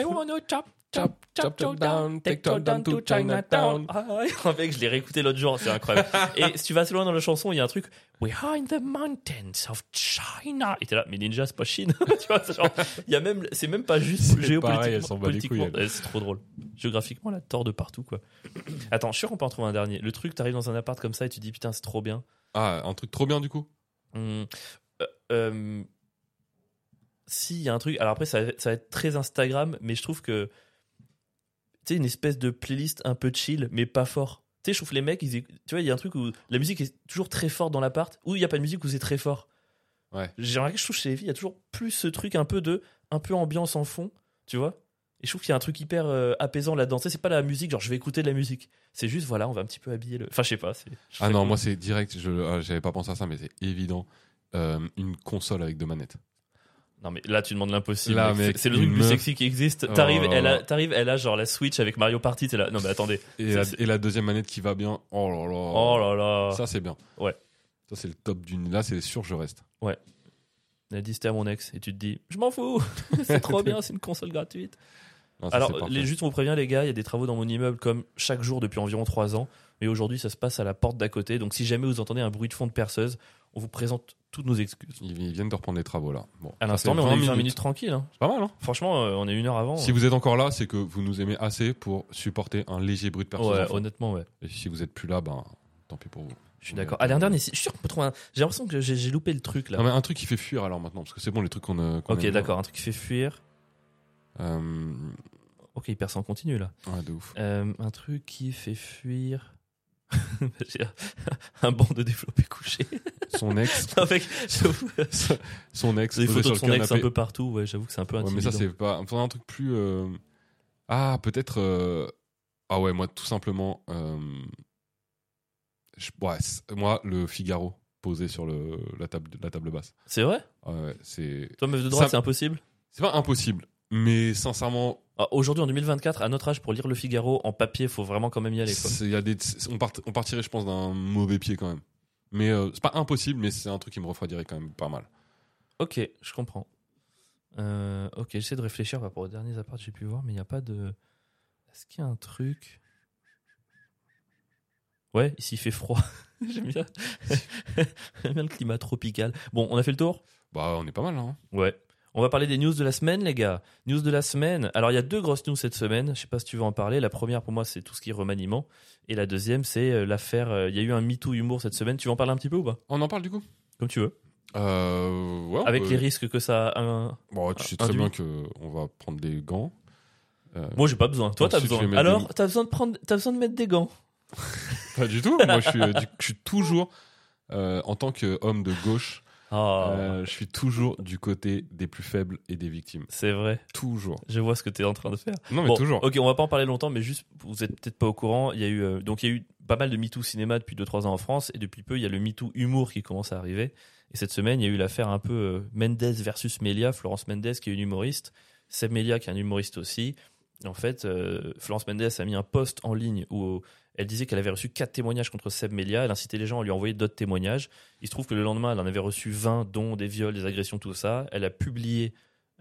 C: (laughs) I wanna chop,
B: Chop,
C: chop, chop,
B: chop, chop
C: chop down. Take chop down to Chinatown.
B: Chinatown.
C: (laughs)
A: (laughs) Ah, ouais, mec, je l'ai réécouté l'autre jour, c'est incroyable. Et si tu vas assez loin dans la chanson, il y a un truc.
C: We are in the mountains of China.
A: Et t'es là, mais Ninja, c'est pas Chine. (laughs) tu vois, c'est genre, il y a même, c'est même pas juste
B: C'est
A: géopolitiquement.
B: pareil, elle s'en bat les couilles,
A: politiquement. Eh, c'est trop drôle. Géographiquement, la tord de partout, quoi. (clears throat) Attends, je suis sûr qu'on peut en trouver un dernier. Le truc, t'arrives dans un appart comme ça et tu te dis, putain, c'est trop bien.
B: Ah, un truc trop bien du coup.
A: Hum, euh, euh, s'il y a un truc. Alors après, ça va, ça va être très Instagram, mais je trouve que. Tu sais, une espèce de playlist un peu chill, mais pas fort. Tu sais, je trouve les mecs, ils, éc- tu vois, il y a un truc où la musique est toujours très forte dans l'appart, ou il n'y a pas de musique où c'est très fort.
B: Ouais.
A: J'ai remarqué, je trouve chez les filles, il y a toujours plus ce truc un peu de. un peu ambiance en fond, tu vois. Et je trouve qu'il y a un truc hyper euh, apaisant là-dedans. Tu sais, c'est pas la musique, genre je vais écouter de la musique. C'est juste, voilà, on va un petit peu habiller le. Enfin, je sais pas. c'est- je
B: Ah
A: fais-
B: non, moi c'est direct, je ah, j'avais pas pensé à ça, mais c'est évident. Euh, une console avec deux manettes.
A: Non mais là tu demandes l'impossible.
B: Là,
A: mec. C'est-
B: mec,
A: c'est le
B: une
A: truc plus
B: meuf.
A: sexy qui existe.
B: Oh
A: T'arrives,
B: là là
A: elle a,
B: là.
A: t'arrives, elle a genre la Switch avec Mario Party. T'es là. Non mais attendez.
B: Et,
A: Ça,
B: la,
A: c'est-
B: et la deuxième manette qui va bien. Oh là là.
A: Oh là là.
B: Ça c'est bien.
A: Ouais.
B: Ça c'est le top d'une. Là c'est sûr, je reste.
A: Elle dit c'était à mon ex et tu te dis je m'en fous. (laughs) c'est
B: (laughs)
A: trop bien. C'est une console gratuite.
B: Non, Ah, ça, c'est
A: Alors
B: parfait.
A: les, juste on vous prévient les gars, il y a des travaux dans mon immeuble comme chaque jour depuis environ 3 ans. Mais aujourd'hui ça se passe à la porte d'à côté. Donc si jamais vous entendez un bruit de fond de perceuse, on vous présente toutes nos excuses.
B: Ils ils viennent de reprendre les travaux là. Bon,
A: À
B: ça,
A: l'instant
B: c'est
A: mais on a eu 20 minutes,
B: minutes.
A: tranquille. hein.
B: C'est pas mal, hein
A: Franchement euh, on est une heure avant.
B: Si vous êtes encore là, c'est que vous nous aimez assez pour supporter un léger bruit de personne.
A: ouais,
B: en fond.
A: honnêtement ouais.
B: Et si vous êtes plus là, ben tant pis pour vous.
A: Je suis d'accord. Allez, un dernier. si- Je suis sûr qu'on peut trouver un. J'ai l'impression que j'ai j'ai loupé le truc là.
B: Non, mais un truc qui fait fuir alors maintenant, parce que c'est bon les trucs qu'on. euh, qu'on
A: ok,
B: aime.
A: d'accord. Un truc qui fait fuir.
B: Euh,
A: Ok, il perce en continu là.
B: ouais, de ouf.
A: Euh, un truc qui fait fuir. (laughs) J'ai un banc de développé couché. (laughs)
B: Son ex,
A: Non, mec,
B: (laughs)
A: j'avoue,
B: son ex,
A: Les
B: posé
A: photos
B: sur
A: de
B: le
A: son ex un
B: canapé.
A: peu partout. Ouais, j'avoue que c'est un peu
B: Ouais,
A: intimidant.
B: mais ça, c'est pas. Faudrait un truc plus. euh, Ah, peut-être. euh, Ah ouais, moi, tout simplement. euh, je- ouais, c'est- moi, le Figaro posé sur le... la, table... la table basse.
A: C'est vrai
B: Ouais, ouais, c'est.
A: Toi, meuf de droite,
B: Ça-
A: c'est impossible
B: C'est pas impossible, mais sincèrement,
A: Ah, Aujourd'hui, en 2024, à notre âge, pour lire Le Figaro en papier, faut vraiment quand même y aller. Quoi.
B: c'est- y a des... c'est- on, part- on partirait, je pense, d'un mauvais pied quand même. Mais euh, c'est pas impossible, mais c'est un truc qui me refroidirait quand même pas mal.
A: Ok, je comprends. Euh, ok, j'essaie de réfléchir par rapport aux derniers apparts que j'ai pu voir, mais il n'y a pas de. Est-ce qu'il y a un truc Ouais, ici il fait froid. (laughs) J'aime bien. J'aime bien le climat tropical. Bon, on a fait le tour
B: Bah, on est pas mal, hein.
A: Ouais. On va parler des news de la semaine, les gars. News de la semaine. Alors, il y a deux grosses news cette semaine. Je sais pas si tu veux en parler. La première, pour moi, c'est tout ce qui est remaniement. Et la deuxième, c'est euh, l'affaire. euh, Il y a eu un MeToo humour cette semaine. Tu veux en parler un petit peu ou pas
B: On en parle du coup
A: Comme tu veux.
B: Euh, ouais, on
A: Avec
B: peut-
A: les risques que ça a. un-
B: Bon, tu sais
A: Un
B: très
A: du-
B: bien qu'on va prendre des gants. Euh,
A: Moi, j'ai pas besoin. Toi, t'as
B: Ensuite, je vais
A: besoin.
B: mettre
A: Alors,
B: des-
A: t'as besoin de prendre, t'as besoin de mettre des gants.
B: Pas du tout. Moi, je suis, euh, du- je suis toujours, euh, en tant qu'homme de gauche,
A: Ah,
B: euh, je suis toujours du côté des plus faibles et des victimes.
A: c'est vrai.
B: Toujours.
A: Je vois ce que t'es en train de faire.
B: Non, mais
A: Bon,
B: toujours.
A: Ok, on va pas en parler longtemps, mais juste, vous êtes peut-être pas au courant. Il y a eu, euh, donc il y a eu pas mal de MeToo cinéma depuis 2-3 ans en France, et depuis peu, il y a le MeToo humour qui commence à arriver. Et cette semaine, il y a eu l'affaire un peu euh, Mendes versus Melia, Florence Mendes qui est une humoriste, Seb Melia qui est un humoriste aussi. Et En fait, euh, Florence Mendes a mis un post en ligne où euh, elle disait qu'elle avait reçu 4 témoignages contre Seb Melia. Elle incitait les gens à lui envoyer d'autres témoignages. Il se trouve que le lendemain, elle en avait reçu 20, dont des viols, des agressions, tout ça. Elle a publié,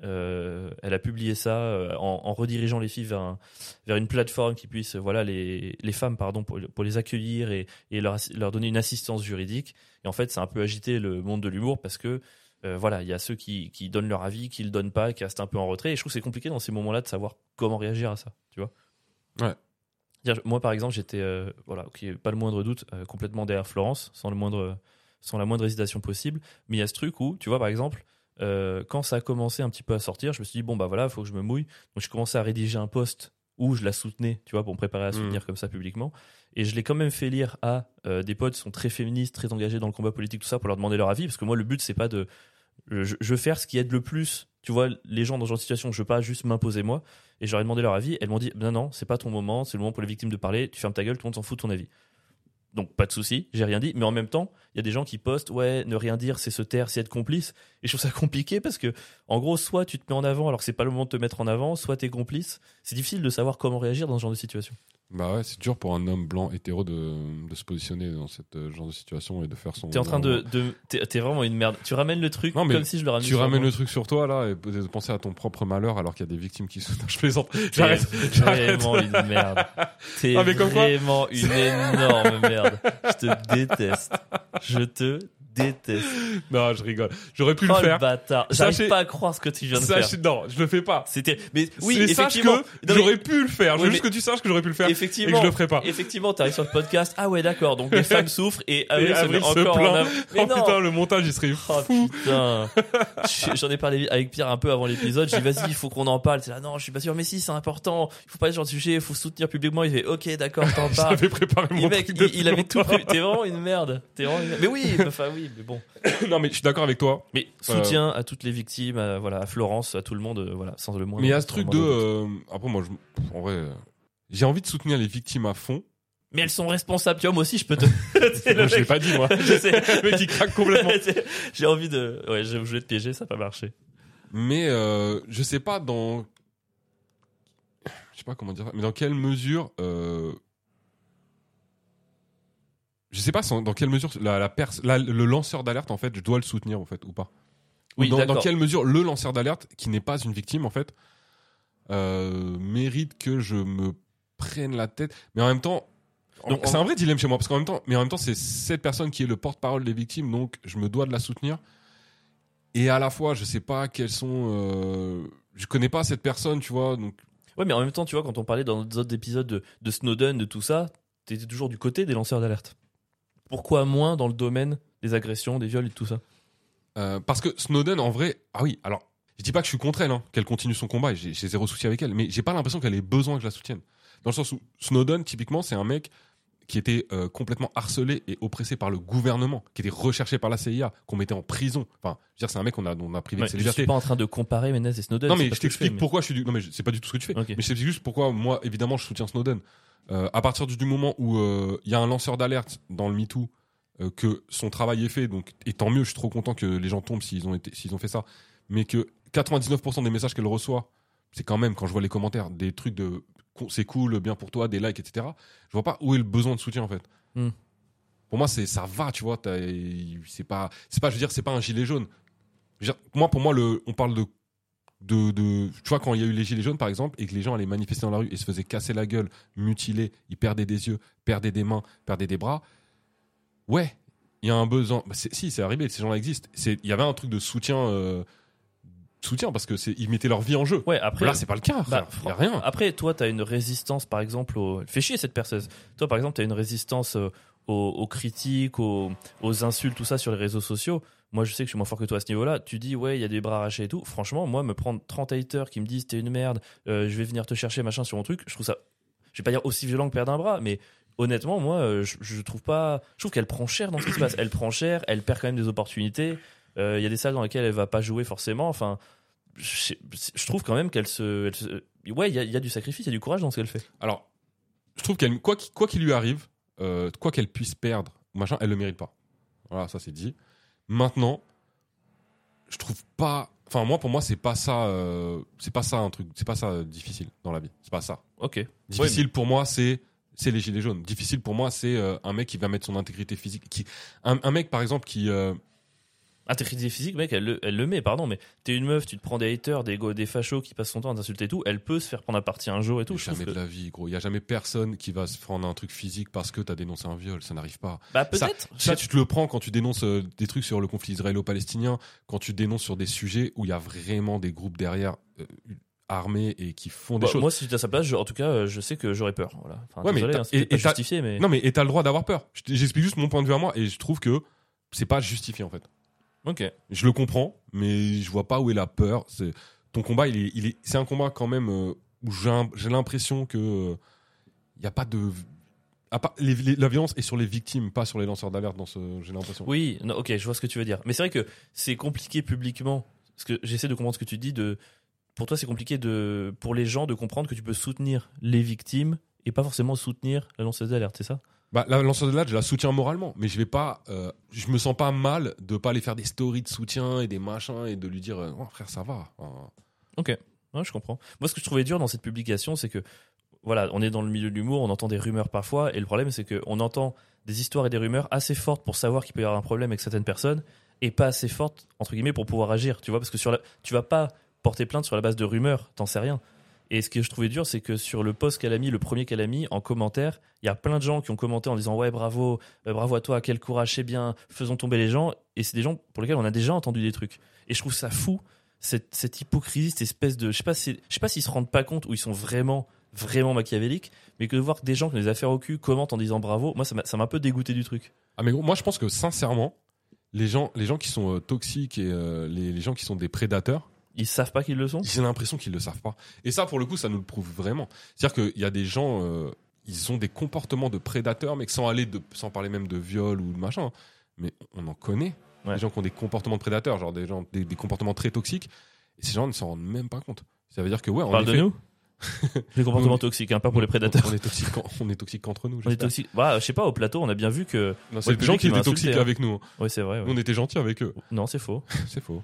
A: euh, elle a publié ça euh, en, en redirigeant les filles vers, un- vers une plateforme qui puisse, euh, voilà, les, les femmes, pardon, pour, pour les accueillir et, et leur, assi- leur donner une assistance juridique. Et en fait, ça a un peu agité le monde de l'humour parce que, euh, voilà, il y a ceux qui, qui donnent leur avis, qui le donnent pas, qui restent un peu en retrait. Et je trouve que c'est compliqué dans ces moments-là de savoir comment réagir à ça, tu vois.
B: Ouais.
A: C'est-à-dire, Moi, par exemple, j'étais, euh, voilà, ok, pas le moindre doute, euh, complètement derrière Florence, sans le moindre sans la moindre hésitation possible. Mais il y a ce truc où, tu vois, par exemple, euh, quand ça a commencé un petit peu à sortir, je me suis dit, bon, bah voilà, il faut que je me mouille. Donc, je commençais à rédiger un post où je la soutenais, tu vois, pour me préparer à soutenir comme ça publiquement. Et je l'ai quand même fait lire à euh, des potes qui sont très féministes, très engagés dans le combat politique, tout ça, pour leur demander leur avis. Parce que moi, le but, c'est pas de. Je, je veux faire ce qui aide le plus, tu vois, les gens dans ce genre de situation. Je veux pas juste m'imposer moi. Et j'aurais demandé leur avis. Elles m'ont dit, non, non, c'est pas ton moment, c'est le moment pour les victimes de parler. Tu fermes ta gueule, tout le monde s'en fout de ton avis. Donc pas de souci, j'ai rien dit. Mais en même temps, il y a des gens qui postent, ouais, ne rien dire, c'est se taire, c'est être complice. Et je trouve ça (laughs) compliqué parce que, en gros, soit tu te mets en avant alors que c'est pas le moment de te mettre en avant, soit t'es complice. C'est difficile de savoir comment réagir dans ce genre de situation.
B: Bah ouais, c'est dur pour un homme blanc hétéro de, de se positionner dans cette euh, genre de situation et de faire son.
A: T'es en train de, de t'es t'es vraiment une merde. Tu ramènes le truc
B: Non, mais
A: comme si je le ramène.
B: Tu ramènes le truc sur toi là et de penser à ton propre malheur alors qu'il y a des victimes qui se. (laughs) Non,
A: (laughs)
B: je plaisante. J'arrête. (laughs) j'arrête.
A: Vraiment une merde. T'es
B: Ah, mais comme quoi-
A: vraiment une énorme merde. Je te déteste. Je te déteste.
B: Non, je rigole. J'aurais pu
A: Oh
B: le
A: le
B: faire.
A: bâtard. J'arrive
B: Sachez-
A: pas à croire ce que tu viens de
B: Sachez-
A: faire.
B: Non, je le fais pas.
A: C'était. Mais oui,
B: Mais sache que
A: effectivement. Non, mais
B: j'aurais pu le faire. Je veux
A: Oui,
B: juste que tu saches que j'aurais pu le faire et que
A: Effectivement.
B: je le ferai pas.
A: (laughs) Effectivement, t'arrives sur le podcast. Ah ouais, d'accord. Donc les femmes souffrent et Avril,
B: Et
A: met
B: Avril se
A: encore
B: plaint.
A: en avant. Mais
B: Oh
A: non.
B: putain, le montage, il serait
A: Oh
B: fou. (laughs)
A: putain Je- J'en ai parlé avec Pierre un peu avant l'épisode, j'ai dit vas-y il faut qu'on en parle, c'est là non je suis pas sûr mais si c'est important, il faut parler sur le sujet, il faut soutenir publiquement, il fait ok d'accord t'en
B: (laughs)
A: parles.
B: J'avais préparé
A: Et
B: mon
A: mec,
B: truc
A: il,
B: depuis
A: il avait tout
B: longtemps.
A: prévu. T'es vraiment une merde. T'es vraiment une merde. Mais
B: (laughs)
A: oui, enfin oui, mais bon.
B: Non, mais euh, je suis d'accord avec toi.
A: Mais soutien à toutes les victimes, à, voilà, à Florence, à tout le monde, euh, voilà, sans le moindre.
B: Mais il y a ce
A: sans
B: truc
A: le
B: de.
A: moindre doute.
B: euh, Après, moi, je... pff, en vrai, euh, j'ai envie de soutenir les victimes à (laughs) fond.
A: Mais elles sont responsables, tu vois, moi aussi (laughs) je peux
B: (laughs)
A: te. C'est le
B: Moi, Je l'ai
A: mec.
B: pas dit, moi.
A: Je sais.
B: (laughs) Le mec, il craque
A: (laughs)
B: complètement.
A: J'ai envie de. Ouais, je voulais te piéger, ça n'a pas marché.
B: (laughs) Mais euh, je sais pas dans. Je sais pas comment dire. ça, Mais dans quelle mesure. euh, Je sais pas sans- dans quelle mesure la, la pers- la- le lanceur d'alerte, en fait, je dois le soutenir, en fait, ou pas. Ou
A: Oui,
B: dans, dans
A: d'accord.
B: quelle mesure le lanceur d'alerte, qui n'est pas une victime, en fait, euh, mérite que je me prenne la tête. Mais en même temps. en-
A: Donc, en-
B: C'est un vrai dilemme chez moi, parce qu'en même temps, mais en même temps, c'est cette personne qui est le porte-parole des victimes, donc je me dois de la soutenir. Et à la fois, je sais pas quels sont. euh, Je connais pas cette personne, tu vois. Donc,
A: Ouais, mais en même temps, tu vois, quand on parlait dans nos autres épisodes de, de Snowden, de tout ça, t'étais toujours du côté des lanceurs d'alerte. Pourquoi moins dans le domaine des agressions, des viols et tout ça
B: euh, parce que Snowden, en vrai, ah oui. Alors, je dis pas que je suis contre elle, hein, qu'elle continue son combat. et J'ai j'ai zéro souci avec elle, mais j'ai pas l'impression qu'elle ait besoin que je la soutienne. Dans le sens où Snowden, typiquement, c'est un mec qui était euh, complètement harcelé et oppressé par le gouvernement, qui était recherché par la CIA, qu'on mettait en prison. Enfin, je veux dire, Eh c'est un mec qu'on a, on a privé
A: Ouais,
B: de ses
A: Je suis
B: libertés.
A: pas en train de comparer Menez et Snowden.
B: Non,
A: c'est
B: mais
A: pas ce que
B: je
A: fais,
B: t'explique
A: mais-
B: pourquoi je suis du. Non, mais je- c'est pas du tout ce que tu fais.
A: Ok.
B: Mais je t'explique juste pourquoi, moi, évidemment, je soutiens Snowden. Euh, à partir du moment où euh, il y a un lanceur d'alerte dans le MeToo, euh, que son travail est fait, donc, et tant mieux, je suis trop content que les gens tombent s'ils ont, été- s'ils ont fait ça, mais que 99% des messages qu'elle reçoit, c'est quand même, quand je vois les commentaires, des trucs de con- c'est cool, bien pour toi, des likes, etc. Je vois pas où est le besoin de soutien, en fait.
A: Hmm.
B: Pour moi, c'est ça va, tu vois. t'as- C'est pas, c'est pas, je veux dire, c'est pas un gilet jaune. Je veux dire, moi, pour moi, le, on parle de de, de- tu vois quand il y a eu les gilets jaunes par exemple et que les gens allaient manifester dans la rue et se faisaient casser la gueule mutiler ils perdaient des yeux perdaient des mains perdaient des bras ouais il y a un besoin Bah, c'est- si c'est arrivé ces gens-là existent c'est il y avait un truc de soutien euh, soutien parce que c'est ils mettaient leur vie en jeu
A: Ouais, après.
B: là c'est pas le cas
A: Bah,
B: frère. il y a rien
A: Après, toi, t'as une résistance, par exemple, au. Fais chier cette personne. Toi, par exemple, t'as une résistance euh, aux, aux critiques, aux, aux insultes, tout ça sur les réseaux sociaux. Moi, je sais que je suis moins fort que toi à ce niveau-là. Tu dis, ouais, il y a des bras arrachés et tout. Franchement, moi, me prendre 30 haters qui me disent, t'es une merde, euh, je vais venir te chercher, machin, sur mon truc, je trouve ça. Je vais pas dire aussi violent que perdre un bras, mais honnêtement, moi, euh, je, je trouve pas. Je trouve qu'elle prend cher dans ce qui se passe. Elle prend cher, elle perd quand même des opportunités. Euh, Il y a des salles dans lesquelles elle va pas jouer forcément. Enfin, je, sais- je trouve quand même qu'elle se, elle se- Ouais, il y a, il y a du sacrifice, il y a du courage dans ce qu'elle fait.
B: alors je trouve qu'elle quoi qu'il quoi qu'il lui arrive euh, quoi qu'elle puisse perdre machin elle le mérite pas voilà ça c'est dit maintenant je trouve pas enfin moi pour moi c'est pas ça euh, c'est pas ça un truc c'est pas ça euh, difficile dans la vie c'est pas ça
A: Ok.
B: difficile pour moi c'est c'est les gilets jaunes difficile pour moi c'est euh, un mec qui va mettre son intégrité physique qui un, un mec par exemple qui euh,
A: Intégrité physique, mec, elle le, elle le met, pardon, mais t'es une meuf, tu te prends des haters, des, go- des fachos qui passent son temps à t'insulter et tout, elle peut se faire prendre à partie un jour et tout.
B: Mais
A: je trouve
B: jamais de
A: que-
B: la vie gros il y a jamais personne qui va se prendre un truc physique parce que t'as dénoncé un viol ça n'arrive pas
A: Bah,
B: Ça-
A: peut-être.
B: Ça, tu te le prends quand tu dénonces euh, des trucs sur le conflit israélo-palestinien, quand tu dénonces sur des sujets où il y a vraiment des groupes derrière euh, armés et qui font des
A: Bah,
B: choses.
A: Moi, si j'étais à sa place, je- en tout cas, euh, je sais que j'aurais peur. Voilà. Enfin,
B: Ouais, mais
A: désolé,
B: t'as-
A: hein, c'est
B: et-
A: peut-être pas
B: et t'as-
A: justifié, mais.
B: Non, mais et t'as le droit d'avoir peur. Je t- J'explique juste mon point de vue à moi et je trouve que c'est pas justifié en fait.
A: Ok.
B: Je le comprends, mais je vois pas où est la peur. C'est ton combat, il est, il est- c'est un combat quand même euh, où j'ai, un- j'ai l'impression que il y a pas de, à part- les- les- la violence est sur les victimes, pas sur les lanceurs d'alerte. Dans ce, j'ai l'impression.
A: Oui, non, ok, je vois ce que tu veux dire. Mais c'est vrai que c'est compliqué publiquement. Parce que j'essaie de comprendre ce que tu dis. De, pour toi, c'est compliqué de, pour les gens de comprendre que tu peux soutenir les victimes et pas forcément soutenir la lanceuse d'alerte, c'est ça
B: Bah, la lanceur de l'alerte, je la soutiens moralement, mais je vais pas, euh, je me sens pas mal de pas aller faire des stories de soutien et des machins et de lui dire, euh, Oh, frère, ça va. Enfin,
A: Ouais, je comprends. Moi, ce que je trouvais dur dans cette publication, c'est que, voilà, on est dans le milieu de l'humour, on entend des rumeurs parfois, et le problème, c'est qu'on entend des histoires et des rumeurs assez fortes pour savoir qu'il peut y avoir un problème avec certaines personnes, et pas assez fortes, entre guillemets, pour pouvoir agir, tu vois, parce que sur la... tu vas pas porter plainte sur la base de rumeurs, t'en sais rien. Et ce que je trouvais dur, c'est que sur le post qu'elle a mis, le premier qu'elle a mis en commentaire, il y a plein de gens qui ont commenté en disant ouais bravo, euh, bravo à toi, quel courage, c'est bien, faisons tomber les gens. Et c'est des gens pour lesquels on a déjà entendu des trucs. Et je trouve ça fou cette, cette hypocrisie, cette espèce de je sais pas, si- je sais pas s'ils se rendent pas compte ou ils sont vraiment vraiment machiavéliques, mais que de voir que des gens qui ont des affaires au cul commentent en disant bravo, moi ça m'a ça m'a un peu dégoûté du truc.
B: Ah mais gros, moi je pense que sincèrement, les gens, les gens qui sont euh, toxiques et euh, les, les gens qui sont des prédateurs,
A: Ils savent pas qu'ils le sont.
B: j'ai l'impression qu'ils le savent pas. Et ça, pour le coup, ça nous le prouve vraiment. C'est-à-dire qu'il y a des gens, euh, ils ont des comportements de prédateurs, mais que sans aller de, sans parler même de viol ou de machin. hein, Mais on en connaît.
A: Ouais.
B: Des gens qui ont des comportements de prédateurs, genre des gens, des, des comportements très toxiques. Et ces gens ne s'en rendent même pas compte. Ça veut dire que ouais,
A: On
B: on
A: parle de
B: (laughs)
A: nous. Les comportements
B: Oui.
A: toxiques, hein, pas pour les prédateurs.
B: On est toxique, en- on est toxique qu'entre nous.
A: On est
B: j'espère.
A: toxiques. Bah, je sais pas, au plateau, on a bien vu que.
B: Non,
A: Ouais,
B: c'est
A: le
B: des gens
A: public,
B: qui
A: il m'a
B: étaient toxiques
A: insulté, hein.
B: avec nous. hein.
A: Ouais, c'est vrai. ouais.
B: Nous, on était gentils avec eux.
A: Non, c'est faux.
B: C'est faux.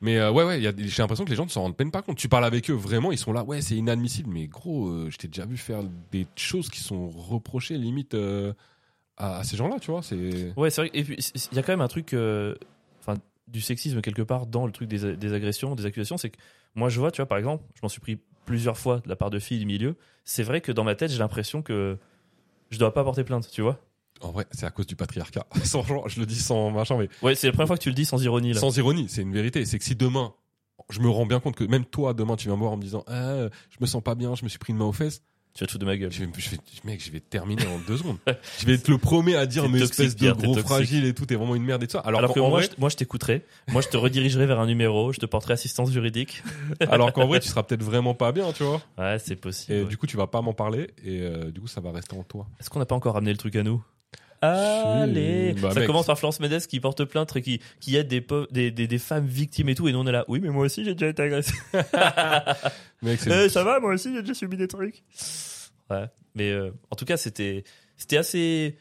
B: Mais euh, ouais, ouais, il y a des- j'ai l'impression que les gens ne s'en rendent peine pas compte. Tu parles avec eux, vraiment, ils sont là. Ouais, c'est inadmissible, mais gros, euh, je t'ai déjà vu faire des choses qui sont reprochées limite euh, à, à ces gens-là, tu vois. C'est
A: Ouais, c'est vrai. Et puis, c- c- il y a quand même un truc. euh, Enfin, du sexisme quelque part dans le truc des, a- des agressions, des accusations. C'est que moi, je vois, tu vois, par exemple, je m'en suis pris plusieurs fois de la part de filles du milieu. C'est vrai que dans ma tête, j'ai l'impression que je dois pas porter plainte, tu vois.
B: en vrai, c'est à cause du patriarcat. (laughs) sans genre, je le dis sans machin, mais
A: Ouais, c'est la première fois que tu le dis sans ironie, là.
B: sans ironie, c'est une vérité. C'est que si demain, je me rends bien compte que même toi, demain, tu viens me voir en me disant, Ah, je me sens pas bien, je me suis pris une main aux fesses,
A: Tu vas te foutre de ma gueule.
B: je vais, je vais- mec, je vais terminer en deux
A: (laughs)
B: secondes. Je vais être le premier à dire,
A: T'es
B: mais
A: toxique,
B: espèce de
A: Pierre, t'es
B: gros
A: toxique.
B: fragile et tout, t'es vraiment une merde et tout ça. Alors,
A: Alors, que
B: qu'en
A: moi,
B: vrai-
A: je, moi, je t'écouterai. Moi, je te redirigerai vers un numéro. Je te porterai assistance juridique.
B: alors qu'en vrai, tu seras peut-être vraiment pas bien, tu vois.
A: Ouais, c'est possible.
B: Et
A: ouais.
B: du coup, tu vas pas m'en parler, et euh, du coup, ça va rester en toi.
A: Est-ce qu'on n'a pas encore ramené le truc à nous Allez
B: Bah,
A: Ça
B: mec.
A: commence par Florence Médès qui porte plainte, et qui, qui aide des, pauvres- des, des, des femmes victimes et tout, et nous on est là. Oui, mais moi aussi j'ai déjà été agressé.
B: Mec, c'est-
A: Eh, ça va, moi aussi j'ai déjà subi des trucs. Ouais. Mais euh, en tout cas, c'était c'était assez.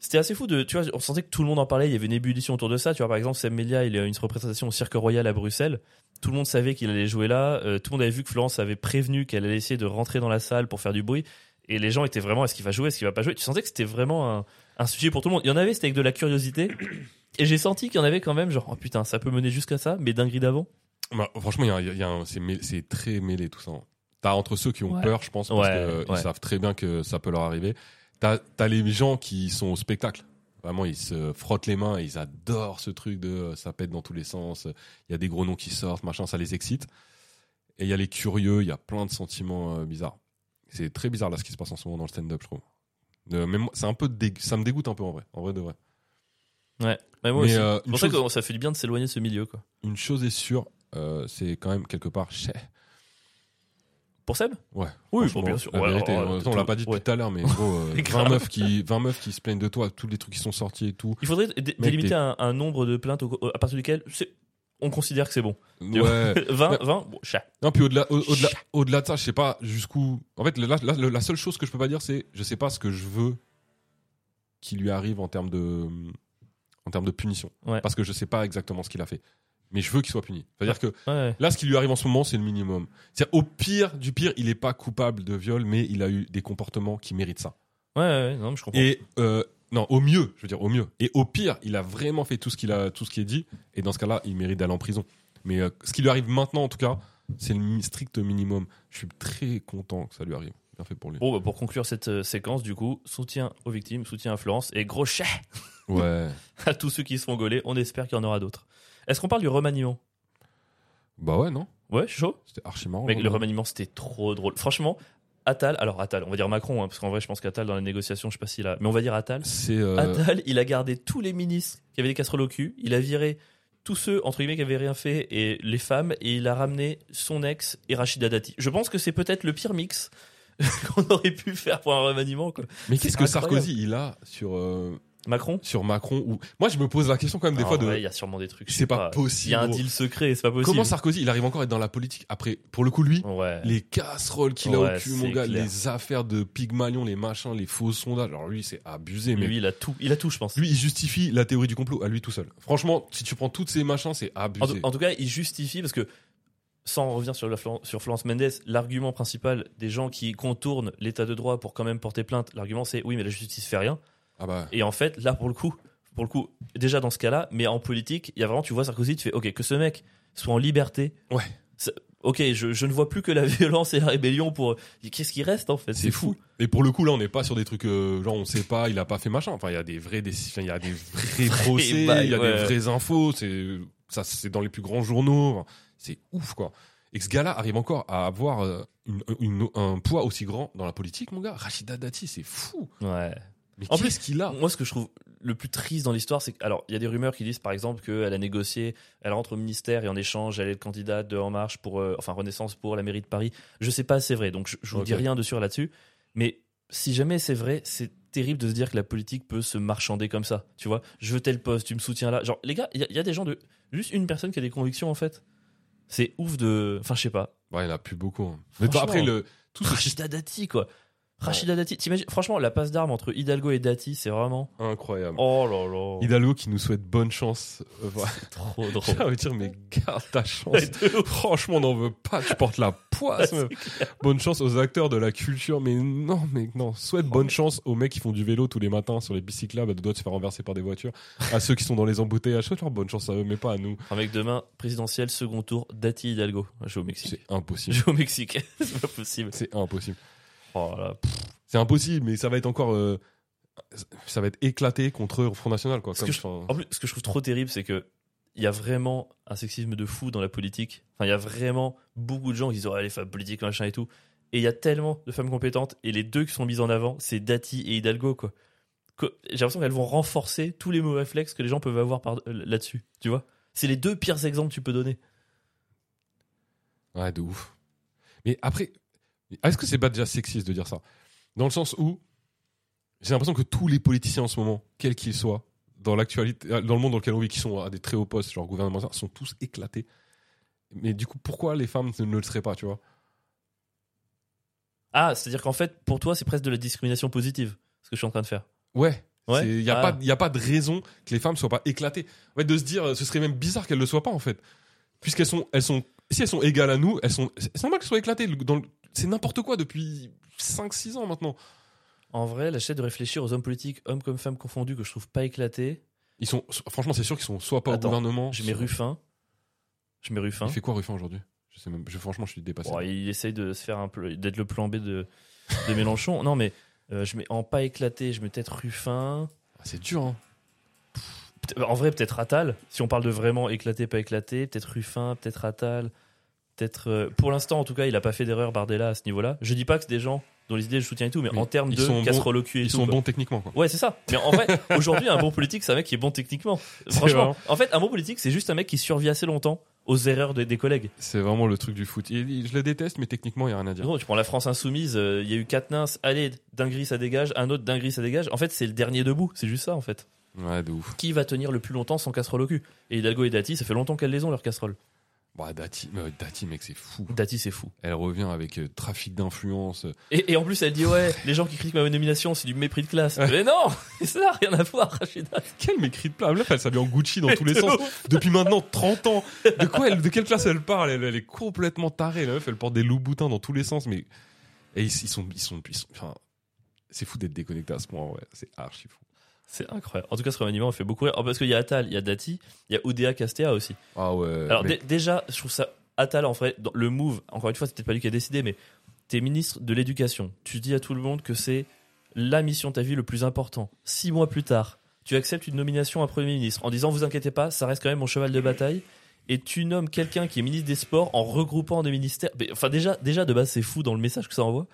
A: C'était assez fou de, tu vois, on sentait que tout le monde en parlait, il y avait une ébullition autour de ça, tu vois, par exemple, Sam Melia, il a une représentation au Cirque Royal à Bruxelles, tout le monde savait qu'il allait jouer là, euh, tout le monde avait vu que Florence avait prévenu qu'elle allait essayer de rentrer dans la salle pour faire du bruit, et les gens étaient vraiment, est-ce qu'il va jouer, est-ce qu'il va pas jouer, tu sentais que c'était vraiment un, un sujet pour tout le monde, il y en avait, c'était avec de la curiosité, et j'ai senti qu'il y en avait quand même, genre, oh putain, ça peut mener jusqu'à ça, mais dinguerie d'avant.
B: Bah, franchement, il y a un- il y a un- c'est mê- c'est très mêlé tout ça. hein. T'as entre ceux qui ont
A: Ouais.
B: peur, je pense, parce
A: Ouais,
B: qu'ils
A: ouais.
B: savent très bien que ça peut leur arriver. T'as as les gens qui sont au spectacle. Vraiment, ils se frottent les mains, ils adorent ce truc de euh, ça pète dans tous les sens, il y a des gros noms qui sortent, machin, ça les excite. Et il y a les curieux, il y a plein de sentiments euh, bizarres. C'est très bizarre là ce qui se passe en ce moment dans le stand-up, je trouve. Euh, même moi, c'est un peu dég- ça me dégoûte un peu en vrai, en vrai de vrai.
A: Ouais, moi
B: Mais,
A: aussi.
B: euh,
A: C'est
B: une
A: pour ça
B: chose-
A: que ça fait du bien de s'éloigner de ce milieu, quoi.
B: Une chose est sûre, euh, c'est quand même quelque part chez
A: Pour Seb
B: Ouais.
A: Oui,
B: franchement, hein.
A: bon, bien sûr.
B: La
A: Ouais,
B: vérité,
A: ouais,
B: en même temps, on
A: tout-
B: l'a pas dit depuis
A: ouais.
B: tout à l'heure, mais
A: (laughs)
B: gros, euh,
A: C'est
B: 20,
A: grave.
B: meufs qui, 20 meufs qui se plaignent de toi, tous les trucs qui sont sortis et tout.
A: Il faudrait dé- délimiter
B: t'es-
A: un, un nombre de plaintes au- au- à partir duquel c'est- on considère que c'est bon. Tu
B: Ouais.
A: (laughs) 20, 20, bon, chat.
B: Non, puis au-delà au,
A: (laughs)
B: delà au delà de ça, je sais pas jusqu'où. En fait, la, la- la- la seule chose que je peux pas dire, c'est je sais pas ce que je veux qu'il lui arrive en termes de, en termes de punition.
A: Ouais.
B: Parce que je sais pas exactement ce qu'il a fait. Mais je veux qu'il soit puni. C'est-à-dire que
A: Ouais.
B: là, ce qui lui arrive en ce moment, c'est le minimum. C'est-à-dire, au pire du pire, il est pas coupable de viol, mais il a eu des comportements qui méritent ça.
A: ouais, ouais, non, mais je comprends.
B: Et euh, non, au mieux, je veux dire au mieux. Et au pire, il a vraiment fait tout ce qu'il a, tout ce qui est dit. Et dans ce cas-là, il mérite d'aller en prison. Mais euh, ce qui lui arrive maintenant, en tout cas, c'est le mi- strict minimum. Je suis très content que ça lui arrive. Bien fait pour lui.
A: Bon, bah, pour conclure cette euh, séquence, du coup, soutien aux victimes, soutien à Florence et gros chat
B: Ouais.
A: à tous ceux qui se font gauler. On espère qu'il y en aura d'autres. Est-ce qu'on parle du remaniement
B: bah ouais, non.
A: Ouais, je suis chaud.
B: C'était archi marrant.
A: Mec,
B: non
A: le remaniement, c'était trop drôle. Franchement, Attal, alors Attal, on va dire Macron, hein, parce qu'en vrai, je pense qu'Attal, dans les négociations, je sais pas s'il a. Mais on va dire Attal.
B: C'est euh,
A: Attal, il a gardé tous les ministres qui avaient des casseroles au cul. Il a viré tous ceux, entre guillemets, qui avaient rien fait et les femmes. Et il a ramené son ex et Rachida Dati. Je pense que c'est peut-être le pire mix (laughs) qu'on aurait pu faire pour un remaniement. Quoi.
B: Mais qu'est-ce
A: c'est
B: que
A: incroyable.
B: Sarkozy il a sur euh,
A: Macron
B: sur Macron ou Moi, je me pose la question quand même des
A: Ah,
B: fois de.
A: ouais, Il y a sûrement des trucs. je
B: c'est
A: sais
B: pas,
A: Il
B: possible.
A: y a un
B: gros.
A: deal secret, c'est pas possible.
B: Comment Sarkozy il arrive encore à être dans la politique après Pour le coup, lui,
A: Ouais.
B: Les casseroles qu'il a
A: Ouais,
B: au cul, mon
A: c'est
B: gars,
A: clair.
B: les affaires de Pygmalion, les machins, les faux sondages. Alors lui, c'est abusé, mais lui,
A: Lui, il a tout, il a tout, je pense.
B: il justifie la théorie du complot à lui tout seul. Franchement, si tu prends toutes ces machins, c'est
A: En,
B: abusé.
A: tout- en tout cas, il justifie parce que sans revenir sur, la Flan- sur Florence Mendes, l'argument principal des gens qui contournent l'état de droit pour quand même porter plainte, l'argument c'est oui, mais la justice fait rien.
B: Ah bah,
A: Et en fait, là, pour le coup, pour le coup, déjà dans ce cas-là, mais en politique, il y a vraiment, tu vois Sarkozy, tu fais, ok, que ce mec soit en liberté,
B: Ouais.
A: ça- Ok, je, je ne vois plus que la (laughs) violence et la rébellion pour. Qu'est-ce qui reste en fait
B: C'est fou. Et pour le coup, là, on n'est pas sur des trucs euh, genre on sait pas, il a pas fait machin. Enfin, il y a des vrais, déci- enfin, il y a des
A: (laughs)
B: vrais procès,
A: bails,
B: il y a
A: ouais.
B: des vraies infos. C'est ça, c'est dans les plus grands journaux. Enfin, C'est ouf, quoi. Et que ce gars-là arrive encore à avoir euh, une- une- un poids aussi grand dans la politique, mon gars. Rachida Dati, c'est fou.
A: Ouais.
B: Mais
A: En
B: qu'est-ce qu'il a
A: Moi, ce que je trouve le plus triste dans l'histoire, c'est que. Alors, il y a des rumeurs qui disent, par exemple, qu'elle a négocié, elle rentre au ministère et en échange, elle est candidate de En Marche pour. euh, enfin, Renaissance pour la mairie de Paris. Je sais pas, c'est vrai, donc je, je vous
B: Ok.
A: dis rien de sûr là-dessus. Mais si jamais c'est vrai, c'est terrible de se dire que la politique peut se marchander comme ça. Tu vois, je veux tel poste, tu me soutiens là. Genre, les gars, il y, a- il y a des gens de. Juste une personne qui a des convictions, en fait. C'est ouf de. Enfin, je sais pas.
B: Ouais, il en a plus beaucoup. hein. Mais toi,
A: Franchement.
B: après, le, tout ce système
A: Rachida Dati, quoi. Rachida Dati, t'imagines Franchement, la passe d'armes entre Hidalgo et Dati, c'est vraiment.
B: incroyable.
A: Oh là là.
B: Hidalgo qui nous souhaite bonne chance. Euh, voilà.
A: Trop (laughs) drôle.
B: Ça veut dire, mais garde ta chance.
A: De ouf.
B: (laughs) Franchement, on n'en veut pas. Tu portes la poisse. meuf. bonne chance aux acteurs de la culture. Mais non, mais non. Souhaite
A: Oh,
B: bonne
A: mais-
B: chance aux mecs qui font du vélo tous les matins sur les Bah, bicyclables à deux doigts de se faire renverser par des voitures. À ceux qui sont dans les embouteillages. Souhaite leur bonne chance à eux, mais pas à nous.
A: Un mec demain, présidentiel, second tour, Dati Hidalgo. Je vais au Mexique.
B: C'est impossible.
A: Je vais au Mexique. (laughs) c'est pas possible.
B: C'est impossible.
A: Oh là.
B: C'est impossible, mais ça va être encore. euh, ça va être éclaté contre le Front National, quoi.
A: Parce
B: Comme, hein.
A: que je-
B: enfin,
A: En plus, ce que je trouve trop terrible, c'est que il y a vraiment un sexisme de fou dans la politique. Enfin, il y a vraiment beaucoup de gens qui disent oh, les femmes politiques, machin et tout. Et il y a tellement de femmes compétentes. Et les deux qui sont mises en avant, c'est Dati et Hidalgo, quoi. Que- J'ai l'impression qu'elles vont renforcer tous les mauvais réflexes que les gens peuvent avoir par- là-dessus. Tu vois C'est les deux pires exemples que tu peux donner.
B: Ouais, de ouf. Mais après, est-ce que c'est pas déjà sexiste de dire ça Dans le sens où j'ai l'impression que tous les politiciens en ce moment, quels qu'ils soient, dans l'actualité, euh, dans le monde dans lequel on vit, qui sont à des très hauts postes, genre gouvernement, sont tous éclatés. Mais du coup, pourquoi les femmes ne le seraient pas, tu vois
A: Ah, c'est-à-dire qu'en fait, pour toi, c'est presque de la discrimination positive, ce que je suis en train de faire.
B: Ouais.
A: Ouais.
B: Il n'y a,
A: Ah.
B: pas- y a pas de raison que les femmes soient pas éclatées. Ouais, de se dire, euh, ce serait même bizarre qu'elles ne le soient pas, en fait. Puisqu'elles sont, elles sont, si elles sont égales à nous, elles sont, c'est normal qu'elles soient éclatées. Le- dans le- C'est n'importe quoi depuis 5-6 ans maintenant.
A: En vrai, la chaîne de réfléchir aux hommes politiques, hommes comme femmes confondus, que je trouve pas éclaté.
B: Ils sont, franchement, c'est sûr qu'ils sont soit pas
A: Attends,
B: au gouvernement.
A: Je mets
B: soit-
A: Ruffin. Je mets Ruffin.
B: Il fait quoi Ruffin aujourd'hui Je sais même. je- franchement, je suis dépassé.
A: Bon, il essaye de se faire un peu d'être le plan B de, de
B: (laughs)
A: Mélenchon. Non, mais euh, je mets en pas éclaté, je mets peut-être Ruffin.
B: Ah, c'est dur. Hein.
A: Peut- En vrai, peut-être Attal. Si on parle de vraiment éclaté, pas éclaté, peut-être Ruffin, peut-être Attal. Peut-être. euh, pour l'instant, en tout cas, il a pas fait d'erreur Bardella à ce niveau-là. Je dis pas que c'est des gens dont les idées je soutiens et tout, mais,
B: Mais
A: en termes
B: ils
A: de
B: sont bons-
A: casserole au cul et
B: Ils
A: tout,
B: sont
A: quoi.
B: bons techniquement. Quoi.
A: Ouais, c'est ça. Mais en vrai,
B: (laughs)
A: aujourd'hui, un bon politique, c'est un mec qui est bon techniquement.
B: C'est
A: Franchement,
B: vrai. hein.
A: en fait, un bon politique, c'est juste un mec qui survit assez longtemps aux erreurs de- des collègues.
B: C'est vraiment le truc du foot. Il- il- je le déteste, mais techniquement, il n'y a rien à dire.
A: Gros, tu prends la France insoumise, euh, il y a eu quatre nains, allez, d'un gris ça dégage, un autre d'un gris ça dégage. En fait, c'est le dernier debout, c'est juste ça en fait.
B: Ouais, de ouf.
A: Qui va tenir le plus longtemps sans casserole au cul Et Hidalgo et Dati, ça fait longtemps qu'elles les ont leurs casseroles.
B: Bah, Dati, mais, euh, Dati, mec, c'est fou.
A: Dati, c'est fou.
B: Elle revient avec euh, trafic d'influence.
A: Et, et en plus, elle dit ouais, les gens qui critiquent ma nomination, c'est du mépris de classe. Mais non, (laughs) ça n'a rien à voir, Rachida.
B: Quel mécrit de plat. Meuf, elle s'habille en Gucci dans tous les
A: De
B: sens. Depuis maintenant 30 ans. De quoi elle, de quelle classe elle parle elle, elle est complètement tarée. La meuf, elle porte des loups boutins dans tous les sens. Mais et ils, ils sont, ils sont, ils sont- enfin, c'est fou d'être déconnecté à ce point. Ouais, c'est archi fou.
A: C'est incroyable. En tout cas, ce remaniement, on fait beaucoup rire. Oh, parce qu'il y a Attal, il y a Dati, il y a Oudéa Castea aussi.
B: Ah ouais.
A: Alors
B: mais-
A: dé- déjà, je trouve ça Attal en vrai, dans le move, encore une fois, c'est peut-être pas lui qui a décidé, mais t'es ministre de l'éducation. Tu dis à tout le monde que c'est la mission de ta vie le plus important. Six mois plus tard, tu acceptes une nomination à Premier ministre en disant vous inquiétez pas, ça reste quand même mon cheval de bataille. Et tu nommes quelqu'un qui est ministre des Sports en regroupant des ministères. Mais, enfin déjà, déjà de base, c'est fou dans le message que ça envoie.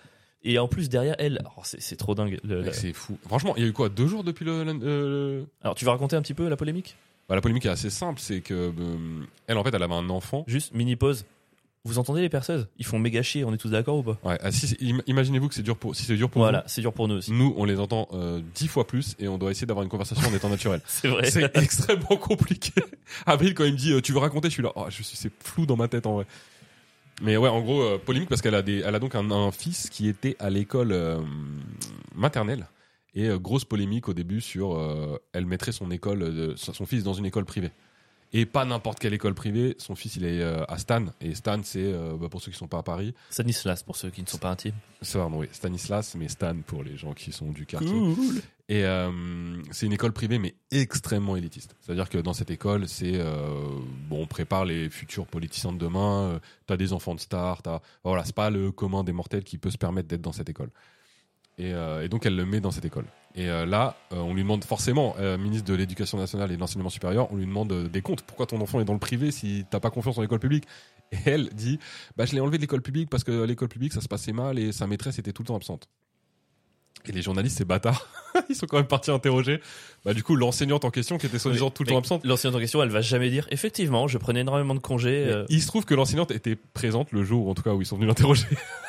A: Et en plus derrière elle, oh, c'est c'est trop dingue. le-
B: Mec,
A: la-
B: C'est fou. Franchement, il y a eu quoi Deux jours depuis le. le- le-
A: Alors tu vas raconter un petit peu la polémique
B: Bah, la polémique est assez simple, c'est que euh, elle en fait, elle avait un enfant.
A: Juste mini pause. Vous entendez les perceuses Ils font méga chier. On est tous d'accord ou pas
B: Ouais. ah, si c'est- im- Imaginez-vous que c'est dur pour. Si c'est dur pour
A: Voilà, c'est dur pour nous aussi.
B: vous, nous, on les entend euh, dix fois plus et on doit essayer d'avoir une conversation en étant naturel.
A: (laughs) C'est vrai.
B: C'est extrêmement compliqué. Avril, quand il me dit euh, tu veux raconter, je suis là. Oh, je suis, c'est flou dans ma tête en vrai. Mais ouais, en gros, euh, polémique parce qu'elle a des, elle a donc un, un fils qui était à l'école euh, maternelle et euh, grosse polémique au début sur euh, elle mettrait son école, euh, son son fils dans une école privée. Et pas n'importe quelle école privée. Son fils, il est euh, à Stan. Et Stan, c'est, euh, bah, pour ceux qui sont pas à Paris,
A: Stanislas, pour ceux qui ne sont pas intimes.
B: c'est vraiment oui, Stanislas, mais Stan pour les gens qui sont du quartier.
A: Cool.
B: Et euh, c'est une école privée, mais extrêmement élitiste. C'est-à-dire que dans cette école, c'est euh, bon, on prépare les futurs politiciens de demain. euh, t'as des enfants de stars. T'as voilà, c'est pas le commun des mortels qui peut se permettre d'être dans cette école. Et, euh, et donc elle le met dans cette école. Et euh, là, euh, on lui demande forcément, euh, ministre de l'Éducation nationale et de l'enseignement supérieur, on lui demande euh, des comptes. Pourquoi ton enfant est dans le privé si t'as pas confiance en l'école publique Et elle dit, bah je l'ai enlevé de l'école publique parce que à l'école publique ça se passait mal et sa maîtresse était tout le temps absente. Et les journalistes, ces bâtards, (laughs) ils sont quand même partis interroger. Bah du coup, l'enseignante en question qui était soi-disant tout le temps absente.
A: L'ancienne en question, elle va jamais dire effectivement, je prenais énormément de congés. euh,
B: Il se trouve que l'enseignante était présente le jour, en tout cas, où ils sont venus l'interroger.
A: (laughs)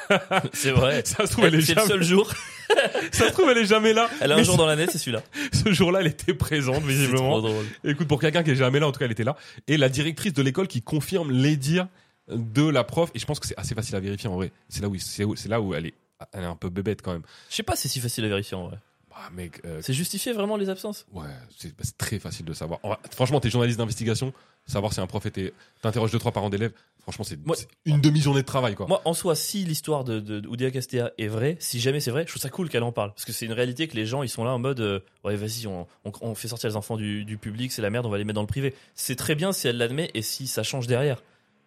A: c'est (laughs) vrai.
B: ça se trouve, elle est
A: C'est le
B: jamais,
A: seul jour.
B: ça se trouve, elle est jamais là.
A: Elle a un
B: Mais
A: jour dans l'année, c'est (laughs) celui-là.
B: Ce jour-là, elle était présente,
A: C'est
B: visiblement.
A: trop drôle.
B: Écoute, pour quelqu'un qui est jamais là, en tout cas, elle était là. Et la directrice de l'école qui confirme les dires de la prof. Et je pense que c'est assez facile à vérifier en vrai. C'est là où, c'est où- c'est là où elle est, elle est un peu bébête quand même.
A: Je sais pas si c'est si facile à vérifier en vrai.
B: Bah, mec, euh,
A: C'est justifié vraiment les absences
B: ouais, c'est bah, c'est très facile de savoir. En vrai, franchement, t'es journaliste d'investigation, savoir si un prof était, t'interroges deux trois parents d'élèves. Franchement, c'est
A: Moi-
B: c'est une demi-journée de travail, quoi.
A: Moi, en soi, si l'histoire de, de, de Oudia Castea est vraie, si jamais c'est vrai, je trouve ça cool qu'elle en parle. Parce que c'est une réalité que les gens, ils sont là en mode euh, Ouais, vas-y, on, on, on fait sortir les enfants du, du public, c'est la merde, on va les mettre dans le privé. C'est très bien si elle l'admet et si ça change derrière.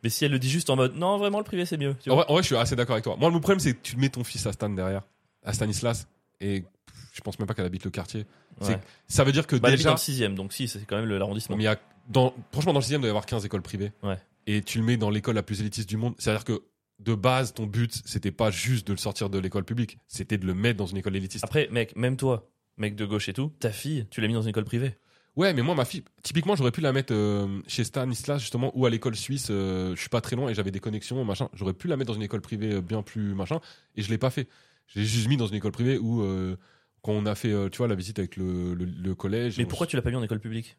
A: Mais si elle le dit juste en mode Non, vraiment, le privé, c'est mieux. Tu
B: En
A: vois
B: vrai, en vrai, je suis assez d'accord avec toi. Moi, le problème, c'est que tu mets ton fils à Stan derrière, à Stanislas, et pff, je pense même pas qu'elle habite le quartier. c'est
A: Ouais.
B: Ça veut dire que
A: Bah, elle habite
B: déjà,
A: dans le sixième, donc si, c'est quand même le- l'arrondissement.
B: mais il y a- dans, franchement, dans le 6 il doit y avoir 15 écoles privées.
A: Ouais.
B: Et tu le mets dans l'école la plus élitiste du monde. C'est-à-dire que, de base, ton but, c'était pas juste de le sortir de l'école publique, c'était de le mettre dans une école élitiste.
A: Après, mec, même toi, mec de gauche et tout, ta fille, tu l'as mis dans une école privée.
B: Ouais, mais moi, ma fille, typiquement, j'aurais pu la mettre euh, chez Stanislas, justement, ou à l'école suisse. euh, je suis pas très loin et j'avais des connexions, machin. J'aurais pu la mettre dans une école privée euh, bien plus machin, et je l'ai pas fait. J'ai juste mis dans une école privée où, euh, quand on a fait, euh, tu vois, la visite avec le, le- le collège.
A: Mais
B: on-
A: pourquoi tu l'as pas mis en école publique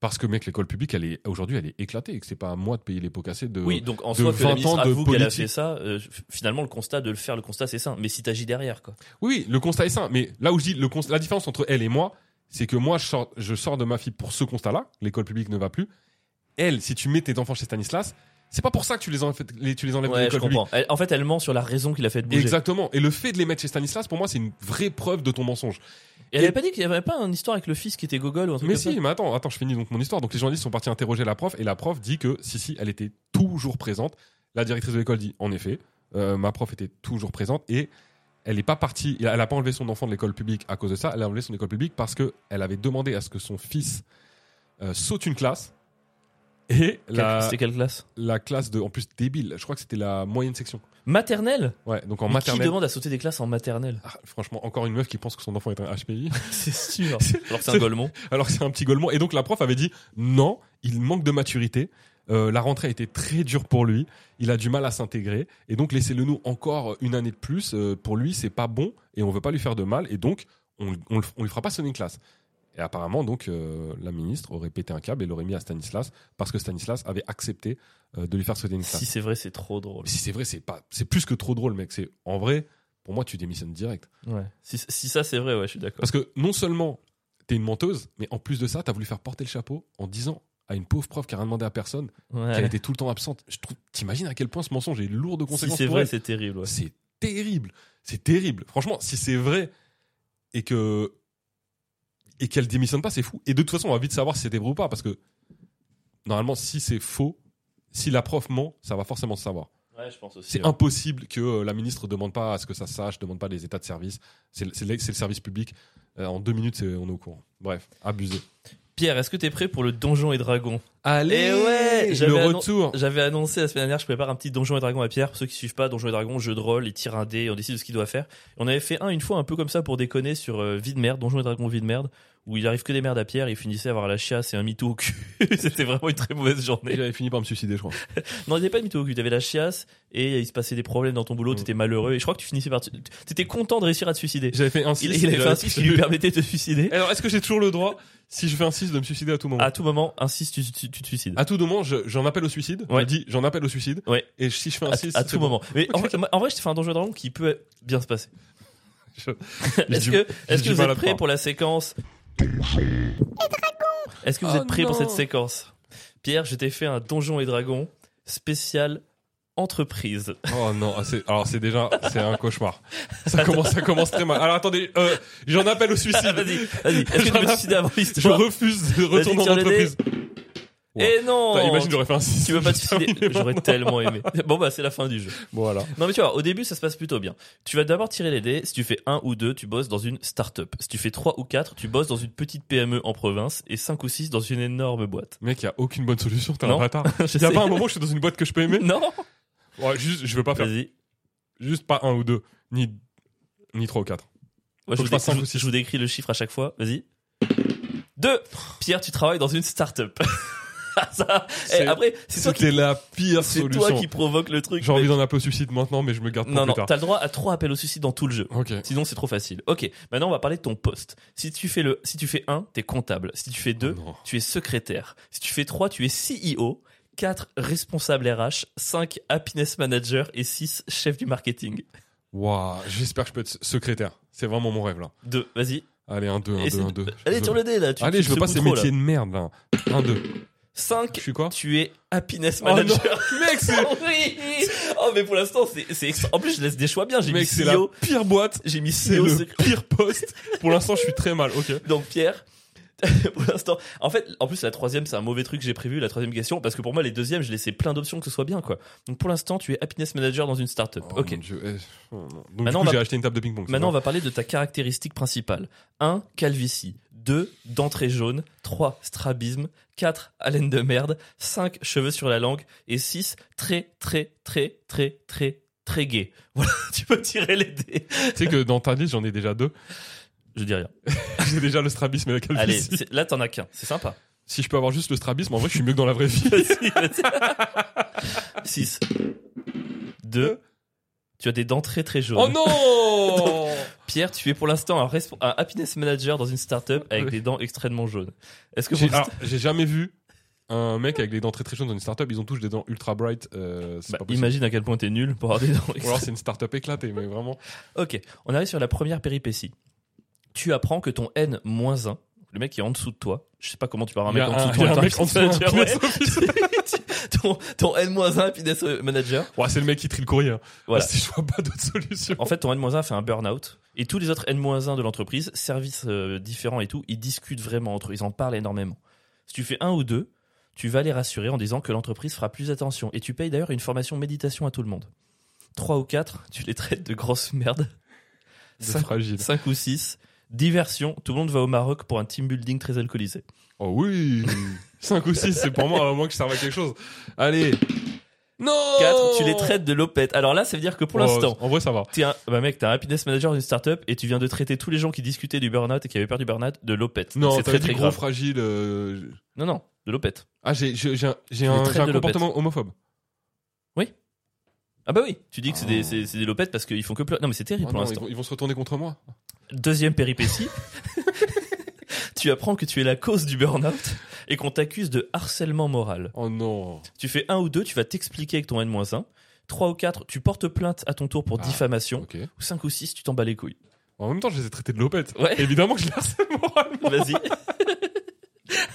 B: Parce que, mec, l'école publique, elle est aujourd'hui, elle est éclatée et que c'est pas à moi de payer les pots cassés de.
A: Oui, donc en
B: de
A: soi, que
B: 20
A: la
B: ans
A: ministre
B: de
A: avoue qu'elle a
B: politique.
A: fait ça, euh, f- finalement, le constat de le faire, le constat, c'est sain. Mais si t'agis derrière, quoi.
B: Oui, oui, le constat est sain. Mais là où je dis le constat, la différence entre elle et moi, c'est que moi, je sors, je sors de ma fille pour ce constat-là. L'école publique ne va plus. Elle, si tu mets tes enfants chez Stanislas, c'est pas pour ça que tu les, enlèves- les- tu les enlèves de
A: Ouais, je
B: l'école publique.
A: comprends. Elle- en fait, elle ment sur la raison qu'il a fait de bouger.
B: Exactement. Et le fait de les mettre chez Stanislas, pour moi, c'est une vraie preuve de ton mensonge.
A: Et elle avait pas dit qu'il y avait pas une histoire avec le fils qui était gogol ou un truc
B: Mais
A: comme
B: si, mais attends, attends, je finis donc mon histoire. Donc les journalistes sont partis interroger la prof et la prof dit que si, si, elle était toujours présente. La directrice de l'école dit en effet, euh, ma prof était toujours présente et elle n'est pas partie, elle n'a pas enlevé son enfant de l'école publique à cause de ça, elle a enlevé son école publique parce que elle avait demandé à ce que son fils euh, saute une classe et
A: ça
B: la,
A: C'était quelle classe
B: la classe de, en plus débile, je crois que c'était la moyenne section.
A: Maternelle
B: Ouais, donc en
A: Mais Qui
B: maternelle.
A: demande à sauter des classes en
B: (laughs)
A: maternelle
B: Ah, franchement, encore une meuf qui pense que son enfant est un HPI.
A: C'est sûr.
B: C'est-
A: Alors que c'est un
B: c'est-
A: golemont.
B: alors que c'est un petit golemont. Et donc la prof avait dit non, il manque de maturité. Euh, la rentrée a été très dure pour lui. Il a du mal à s'intégrer. Et donc laissez-le nous encore une année de plus. Euh, pour lui, c'est pas bon et on veut pas lui faire de mal. Et donc on, on, le- on lui fera pas sonner une classe. Et apparemment, donc euh, la ministre aurait pété un câble et l'aurait mis à Stanislas parce que Stanislas avait accepté euh, de lui faire sauter une classe.
A: Si c'est vrai, c'est trop drôle.
B: Mais Si c'est vrai, c'est pas, c'est plus que trop drôle, mec. C'est en vrai, pour moi, tu démissionnes direct.
A: Ouais. Si, si ça c'est vrai, ouais, je suis d'accord.
B: Parce que non seulement t'es une menteuse, mais en plus de ça, t'as voulu faire porter le chapeau en disant à une pauvre prof qui a rien demandé à personne, qu'elle
A: Ouais.
B: était tout le temps absente. Je trouve, t'imagines à quel point ce mensonge est lourd de
A: Si
B: conséquences
A: c'est
B: pour
A: vrai,
B: elle.
A: c'est terrible. ouais.
B: C'est terrible, c'est terrible. Franchement, si c'est vrai et que et qu'elle démissionne pas, c'est fou. Et de toute façon, on va vite savoir si c'était vrai ou pas, parce que normalement, si c'est faux, si la prof ment, ça va forcément se savoir.
A: Ouais, je pense aussi.
B: C'est
A: ouais.
B: impossible que euh, la ministre demande pas à ce que ça se sache, demande pas les états de service. C'est le, c'est le- c'est le service public. Euh, en deux minutes, c'est- on est au courant. Bref, abusé.
A: Pierre, est-ce que t'es prêt pour le donjon et dragon
B: Allez,
A: Eh ouais,
B: le
A: j'avais annon-
B: retour.
A: Oh. J'avais annoncé la semaine dernière, je prépare un petit Donjon et Dragon à Pierre. Pour ceux qui suivent pas, Donjon et Dragon, jeu de rôle, il tire un dé, on décide de ce qu'il doit faire. Et on avait fait un une fois un peu comme ça pour déconner sur euh, Vie de merde, Donjon et Dragon Vie de merde, où il arrive que des merdes à Pierre, il finissait à avoir la chiasse et un mytho au cul. (laughs) C'était vraiment une très mauvaise
B: Et
A: journée.
B: J'avais fini par me suicider, je crois.
A: Non, il n'y avait pas de mytho au cul, t'avais la chiasse et il se passait des problèmes dans ton boulot,
B: Mm.
A: t'étais malheureux et je crois que tu finissais par. te- T'étais content de réussir à te suicider.
B: J'avais fait un 6.
A: Il, il avait fait un 6 qui lui permettait de te
B: (laughs)
A: suicider.
B: Alors, est-ce que j'ai toujours le droit, si je fais un 6, de me suicider à tout moment
A: À tout moment, un 6, tu, tu- tu te suicides.
B: À tout moment, je- j'en appelle au suicide. Je
A: Ouais.
B: me dis, j'en appelle au suicide.
A: Ouais.
B: Et si je fais un
A: À,
B: 6.
A: à tout moment. Mais en, vrai- en vrai, je t'ai fait un donjon et dragon qui peut bien se
B: (laughs)
A: passer. (laughs)
B: Mais
A: Est-ce
B: du-
A: que, est-ce
B: du
A: que vous
B: mal
A: êtes
B: à
A: prêts
B: croire.
A: pour la séquence Est-ce que vous
B: Oh
A: êtes prêts pour
B: non.
A: cette séquence Pierre, je t'ai fait un Donjon et Dragon spécial entreprise.
B: Oh non, ah, c'est- alors c'est déjà c'est un cauchemar. Ça commence, ça commence très mal. Alors attendez, euh, j'en appelle au
A: (laughs)
B: suicide.
A: vas-y, vas-y. Est-ce que tu
B: J'en
A: veux
B: ai-
A: décider avant
B: Je (laughs)
A: l'histoire
B: refuse de retourner
A: tire
B: en
A: le dé.
B: entreprise.
A: Eh non
B: Putain, Imagine, (laughs) j'aurais fait un suicide.
A: Tu veux pas te
B: juste avant
A: (laughs) filer
B: les
A: J'aurais
B: moments.
A: tellement aimé. Bon bah c'est la fin du jeu.
B: Voilà.
A: Non mais tu vois, au début ça se passe plutôt bien. Tu vas d'abord tirer les dés. Si tu fais un ou deux, tu bosses dans une start-up. Si tu fais trois ou quatre, tu bosses dans une petite PME en province et cinq ou six dans une énorme boîte.
B: (laughs) Mec, y a aucune bonne solution, t'es
A: Non. (laughs)
B: un bâtard.
A: Je
B: Y a
A: sais.
B: pas un moment où je suis dans une boîte que je peux aimer
A: (laughs) Non
B: Ouais, juste, je veux pas faire.
A: Vas-y.
B: Juste pas un ou deux, ni ni trois ou quatre.
A: Moi, je,
B: Faut que
A: vous
B: je fasse
A: décris,
B: cinq ou six.
A: je vous décris le chiffre à chaque fois. Vas-y. Deux Pierre, tu travailles dans une start-up. (laughs) Ça, eh,
B: C'est-
A: après, c'est toi, qui-
B: C'était la pire
A: c'est toi
B: solution.
A: qui provoque le truc.
B: J'ai envie
A: mais-
B: d'en appeler au suicide maintenant, mais je me garde pour
A: Non,
B: plus
A: non,
B: tard.
A: t'as le droit à trois appels au suicide dans tout le jeu.
B: Ok.
A: Sinon, c'est trop facile. Ok, maintenant, on va parler de ton poste. Si tu fais le, si tu fais 1, t'es comptable. Si tu fais 2,
B: Oh non.
A: tu es secrétaire. Si tu fais 3, tu es CEO. 4, responsable RH. 5, happiness manager. Et 6, chef du marketing.
B: Waouh, j'espère que je peux être secrétaire. C'est vraiment mon rêve là.
A: 2, vas-y.
B: Allez, un, deux, un,
A: Essaie
B: deux, un,
A: de-
B: deux.
A: Allez, tire le dé, là. Tu,
B: Allez, je veux pas ces métiers de merde là. Un, deux. Je
A: 5,
B: suis quoi
A: tu es happiness
B: Oh non.
A: manager.
B: (laughs) Mec, c'est
A: oui! Oh, mais pour l'instant, c'est, c'est, extra- en plus, je laisse des choix bien. J'ai mis
B: mec, c'est la
A: CEO.
B: pire boîte.
A: J'ai mis
B: C'est
A: CEO.
B: le
A: secré-
B: pire poste. Pour l'instant, je suis très mal.
A: (laughs)
B: Ok.
A: Donc Pierre, (laughs) pour l'instant, en fait, en plus la troisième, c'est un mauvais truc que j'ai prévu, la troisième question, parce que pour moi les deuxièmes, je laissais plein d'options que ce soit bien quoi. Donc pour l'instant, tu es happiness manager dans une startup.
B: Oh,
A: ok.
B: mon Dieu, eh, oh, non. Donc
A: Maintenant,
B: du
A: on
B: coup,
A: va-
B: j'ai acheté une table de ping-pong. c'est
A: Maintenant, on
B: bon.
A: va parler de ta caractéristique principale. 1. Calvitie. 2. D'entrée jaune. 3. Strabisme. 4. Haleine de merde. 5. Cheveux sur la langue. Et 6. Très, très, très, très, très, très gay. (laughs) Voilà, tu peux tirer les dés.
B: Tu sais que dans ta liste, j'en ai
A: (laughs)
B: déjà deux.
A: Je dis rien.
B: J'ai déjà le strabisme et la
A: Allez,
B: calvitie.
A: c'est- là, t'en as qu'un. C'est
B: (laughs)
A: sympa.
B: Si je peux avoir juste le strabisme, en vrai, je suis mieux que dans la
A: (laughs)
B: vraie vie.
A: 6. 2. Tu as des dents très très jaunes.
B: Oh non
A: Pierre, tu es pour l'instant un, respo- un happiness manager dans une startup avec
B: Oui.
A: des dents extrêmement jaunes. Est-ce que
B: J'ai
A: vous-
B: alors, j'ai jamais vu un mec avec des dents très très jaunes dans une startup. Ils ont tous des dents ultra bright. euh, c'est
A: Bah,
B: pas possible.
A: imagine à quel point t'es nul pour avoir des dents
B: Ou alors
A: extrêmement
B: c'est une startup éclatée, mais vraiment.
A: Ok, on arrive sur la première péripétie. Tu apprends que ton N-1, le mec qui est en dessous de toi, je sais pas comment tu vas avoir un
B: Il y
A: mec
B: a
A: en
B: un-
A: dessous de
B: il y
A: toi.
B: a un
A: t'es
B: mec en dessous d'un
A: happiness manager,
B: happiness
A: (laughs) ouais. ton, ton N-1 happiness manager.
B: Ouais, c'est le mec qui trie le courrier. hein.
A: Voilà.
B: Parce que je vois pas d'autre solution.
A: En fait, ton N-1 fait un burn-out. Et tous les autres N-1 de l'entreprise, services euh, différents et tout, ils discutent vraiment entre eux. Ils en parlent énormément. Si tu fais un ou deux, tu vas les rassurer en disant que l'entreprise fera plus attention. Et tu payes d'ailleurs une formation méditation à tout le monde. Trois ou quatre, tu les traites de grosses merdes. (laughs)
B: De
A: Cinq,
B: fragile.
A: cinq ou six, diversion. Tout le monde va au Maroc pour un team building très alcoolisé.
B: Oh oui 5 ou 6, c'est pour moi, à moins que je serve à quelque chose. Allez Non
A: Quatre, tu les traites de l'opette. Alors là, ça veut dire que pour
B: Oh,
A: l'instant,
B: En vrai, ça va.
A: t'es un, bah mec, t'es un happiness manager d'une startup et tu viens de traiter tous les gens qui discutaient du burn-out et qui avaient peur du burn-out de l'opette. Donc
B: Non,
A: c'est
B: t'avais
A: très très
B: dit gros
A: grave.
B: fragile. euh,
A: Non, non, de l'opette.
B: Ah, j'ai j'ai- j'ai un, j'ai
A: les
B: un-
A: traites
B: j'ai un
A: de
B: comportement homophobe.
A: Ah bah oui, tu dis que c'est des,
B: Oh.
A: c'est- c'est des lopettes parce qu'ils font que pleurer. Non mais c'est terrible
B: Oh
A: pour
B: non, ils,
A: l'instant.
B: vont, ils vont se retourner contre moi.
A: Deuxième péripétie. (laughs) tu apprends que tu es la cause du burn-out et qu'on t'accuse de harcèlement moral.
B: Oh non
A: Tu fais un ou deux, tu vas t'expliquer avec ton N-1. 3 ou 4, tu portes plainte à ton tour pour
B: Ah.
A: diffamation.
B: Ok.
A: Ou 5 ou 6, tu t'en bats les couilles.
B: En même temps, je les ai traités de lopette.
A: Ouais.
B: Évidemment que je les harcèle moralement. (laughs)
A: Vas-y.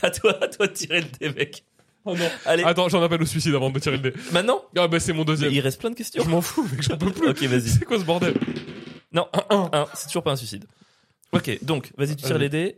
A: à toi, à toi de tirer le dé, mec.
B: Oh non.
A: Allez,
B: Attends, j'en appelle au suicide avant de me tirer le dé.
A: maintenant
B: Ah bah c'est mon
A: Mais
B: deuxième.
A: Il reste plein de questions.
B: Je m'en fous, mec, j'en peux plus.
A: ok, vas-y.
B: (laughs) C'est quoi ce bordel
A: Non.
B: Un, un.
A: Un, c'est toujours pas un suicide. Ok, donc, vas-y, tu tires
B: Vas-y.
A: les dés.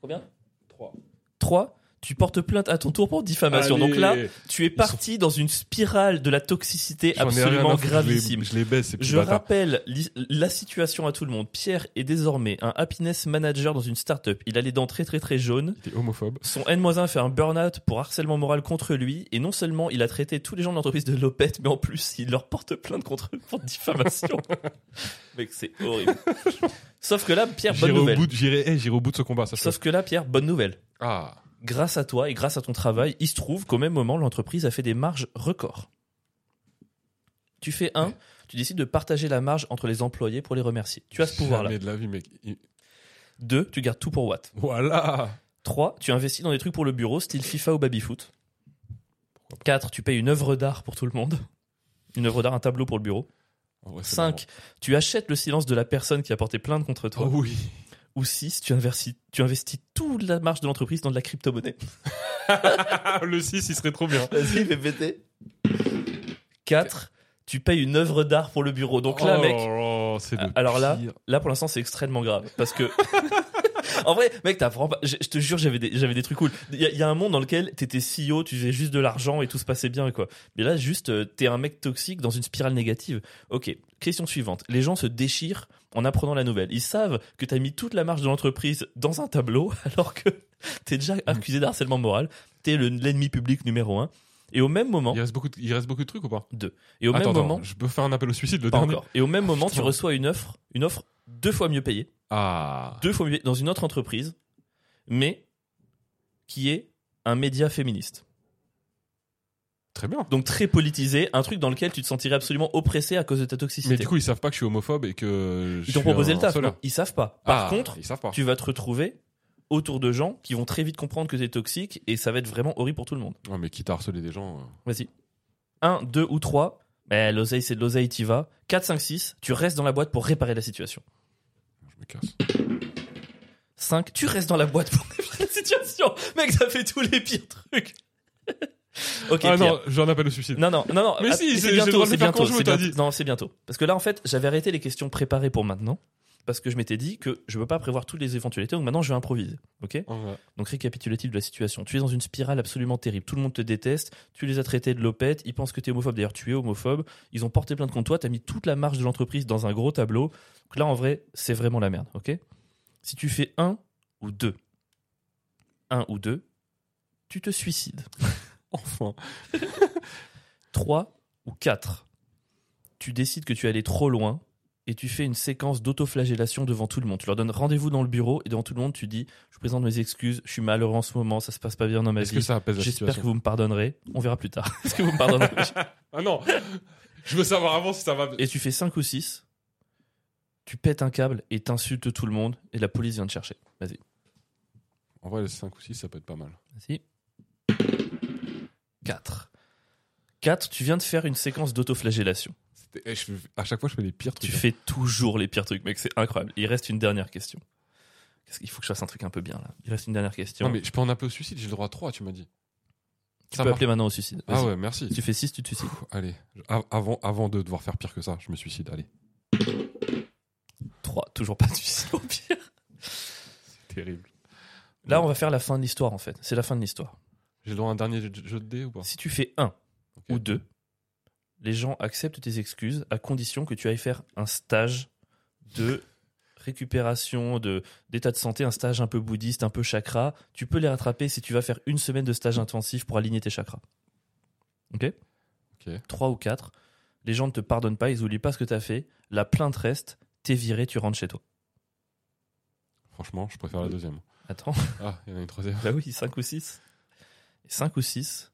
A: Combien 3. 3. Tu portes plainte à ton tour pour diffamation. Donc là,
B: Allez.
A: tu es parti dans une spirale de la toxicité
B: J'en ai rien à
A: absolument
B: foutre, je les-
A: gravissime.
B: Je les baisse, ces petits
A: Je
B: bâtards.
A: rappelle li- la situation à tout le monde. Pierre est désormais un happiness manager dans une start-up. Il a les dents très très très jaunes.
B: T'es homophobe.
A: Son N-1 fait un burn-out pour harcèlement moral contre lui. Et non seulement il a traité tous les gens de l'entreprise de lopette, mais en plus il leur porte plainte contre eux pour diffamation. (laughs) Mec, c'est horrible. Sauf que là, Pierre, bonne
B: J'irai au,
A: nouvelle.
B: bout de- j'irai- eh, j'irai au bout de ce combat, ça je
A: Sauf que là, Pierre, bonne nouvelle.
B: peux. Ah.
A: Grâce à toi et grâce à ton travail, il se trouve qu'au même moment, l'entreprise a fait des marges records. Tu fais un, tu décides de partager la marge entre les employés pour les remercier. Tu as ce pouvoir-là.
B: Jamais de la vie, mec. Il-
A: Deux, tu gardes tout pour Watt.
B: Voilà.
A: 3. Tu investis dans des trucs pour le bureau, style FIFA ou babyfoot. 4. Tu payes une œuvre d'art pour tout le monde. Une œuvre d'art, un tableau pour le bureau.
B: En vrai, c'est
A: 5. Tu achètes le silence de la personne qui a porté plainte contre
B: marrant.
A: toi.
B: Oh oui.
A: ou si si tu investis, tu investis toute la marge de l'entreprise dans de la crypto-monnaie.
B: Ah, le 6, il serait trop bien.
A: Vas-y, fais péter. 4. Tu payes une œuvre d'art pour le bureau. Donc là,
B: Oh
A: mec, euh, Ah,
B: là là, c'est le
A: alors là,
B: pire.
A: là pour l'instant, c'est extrêmement grave parce que. (laughs) En vrai, mec, t'as vraiment pas. Je, je te jure, j'avais des, j'avais des trucs cool. Il y, a- il y a un monde dans lequel t'étais CEO, tu faisais juste de l'argent et tout se passait bien, quoi. Mais là, juste, euh, t'es un mec toxique dans une spirale négative. Ok, question suivante. Les gens se déchirent en apprenant la nouvelle. Ils savent que t'as mis toute la marge de l'entreprise dans un tableau, (laughs) alors que t'es déjà accusé de harcèlement moral. T'es le- l'ennemi public numéro un. Et au même moment,
B: il reste, beaucoup de, il reste beaucoup de trucs ou pas
A: et au
B: Attends,
A: même
B: attends,
A: moment,
B: je peux faire un appel au suicide le
A: pas
B: dernier
A: encore. Et au même moment, tu
B: Putain.
A: reçois une offre, une offre deux fois mieux payée
B: Ah,
A: deux fois mieux dans une autre entreprise, mais qui est un média féministe.
B: très bien.
A: Donc très politisé, un truc dans lequel tu te sentirais absolument oppressé à cause de ta toxicité.
B: Mais du coup, ils savent pas que je suis homophobe et que. je
A: ils t'ont
B: suis
A: proposé
B: un
A: le taf.
B: solaire.
A: donc Ils savent pas. Par
B: Ah,
A: contre,
B: ils savent pas.
A: tu vas te retrouver autour de gens qui vont très vite comprendre que t'es toxique et ça va être vraiment horrible pour tout le monde.
B: Ouais, mais quitte à harceler des gens. euh.
A: Vas-y. 1, 2 ou 3. Ben, l'oseille, c'est de l'oseille, t'y vas. 4, 5, 6. Tu restes dans la boîte pour réparer la situation.
B: Je me casse.
A: 5. Tu restes dans la boîte pour (laughs) réparer la situation. Mec, ça fait tous les pires trucs. (laughs) ok,
B: ah
A: Pierre.
B: non, j'en appelle au suicide.
A: Non, non, non, non.
B: Mais
A: ah,
B: si, c'est-
A: c'est
B: j'ai le
A: bientôt,
B: droit de
A: c'est
B: le faire
A: bientôt,
B: quand je veux,
A: c'est
B: t'as
A: bientôt.
B: dit.
A: Non, c'est bientôt. Parce que là, en fait, j'avais arrêté les questions préparées pour maintenant. Parce que je m'étais dit que je peux pas prévoir toutes les éventualités, donc maintenant je vais improviser. Ok
B: Oh, ouais.
A: Donc récapitulatif de la situation. Tu es dans une spirale absolument terrible. Tout le monde te déteste. Tu les as traités de lopettes. Ils pensent que tu es homophobe. D'ailleurs, tu es homophobe. Ils ont porté plainte contre toi. Tu as mis toute la marge de l'entreprise dans un gros tableau. Donc là, en vrai, c'est vraiment la merde. Ok Si tu fais un ou deux, un ou deux, tu te suicides.
B: (laughs)
A: (laughs)
B: Enfin.
A: 3 ou 4. Tu décides que tu es allé trop loin et tu fais une séquence d'autoflagellation devant tout le monde. Tu leur donnes rendez-vous dans le bureau et devant tout le monde, tu dis Je vous présente mes excuses, je suis malheureux en ce moment, ça se passe pas bien dans ma
B: Est-ce que
A: vie.
B: ça apaise la
A: J'espère que
B: situation
A: vous me pardonnerez. On verra plus tard. (laughs) Est-ce que vous me
B: (laughs)
A: pardonnerez
B: Ah non Je veux savoir avant si ça va.
A: Et tu fais 5 ou 6. Tu pètes un câble et t'insultes tout le monde et la police vient te chercher. Vas-y.
B: En vrai, les 5 ou 6, ça peut être pas mal.
A: Vas-y. 4. 4, tu viens de faire une séquence d'autoflagellation.
B: C'était- eh, je- À chaque fois, je fais les pires trucs. hein.
A: Tu fais toujours les pires trucs, mec, c'est incroyable. Il reste une dernière question. Qu'est-ce qu'il faut que je fasse un truc un peu bien là Il reste une dernière question.
B: Non, mais je peux en appeler au suicide, j'ai le droit à 3, tu m'as dit.
A: tu
B: ça
A: peux
B: marche.
A: appeler maintenant au suicide. Vas-y.
B: Ah ouais, merci.
A: Si tu fais 6, tu te suicides.
B: Pff, Allez, Je- av- avant, avant de devoir faire pire que ça, je me suicide. Allez,
A: 3, toujours pas de suicide au pire.
B: terrible.
A: Là, on va faire la fin de l'histoire en fait. C'est la fin de l'histoire.
B: J'ai le droit à un dernier jeu de jeu de dés ou pas
A: Si tu fais 1
B: Ok.
A: ou 2, les gens acceptent tes excuses à condition que tu ailles faire un stage de récupération, de- d'état de santé, un stage un peu bouddhiste, un peu chakra. Tu peux les rattraper si tu vas faire une semaine de stage intensif pour aligner tes chakras. Ok
B: Ok.
A: 3 ou 4. Les gens ne te pardonnent pas, ils oublient pas ce que t'as fait. La plainte reste, t'es viré, tu rentres chez toi.
B: Franchement, je préfère la deuxième.
A: Attends, (laughs)
B: Ah, il y en a une troisième.
A: bah oui, 5 ou 6. 5 ou 6,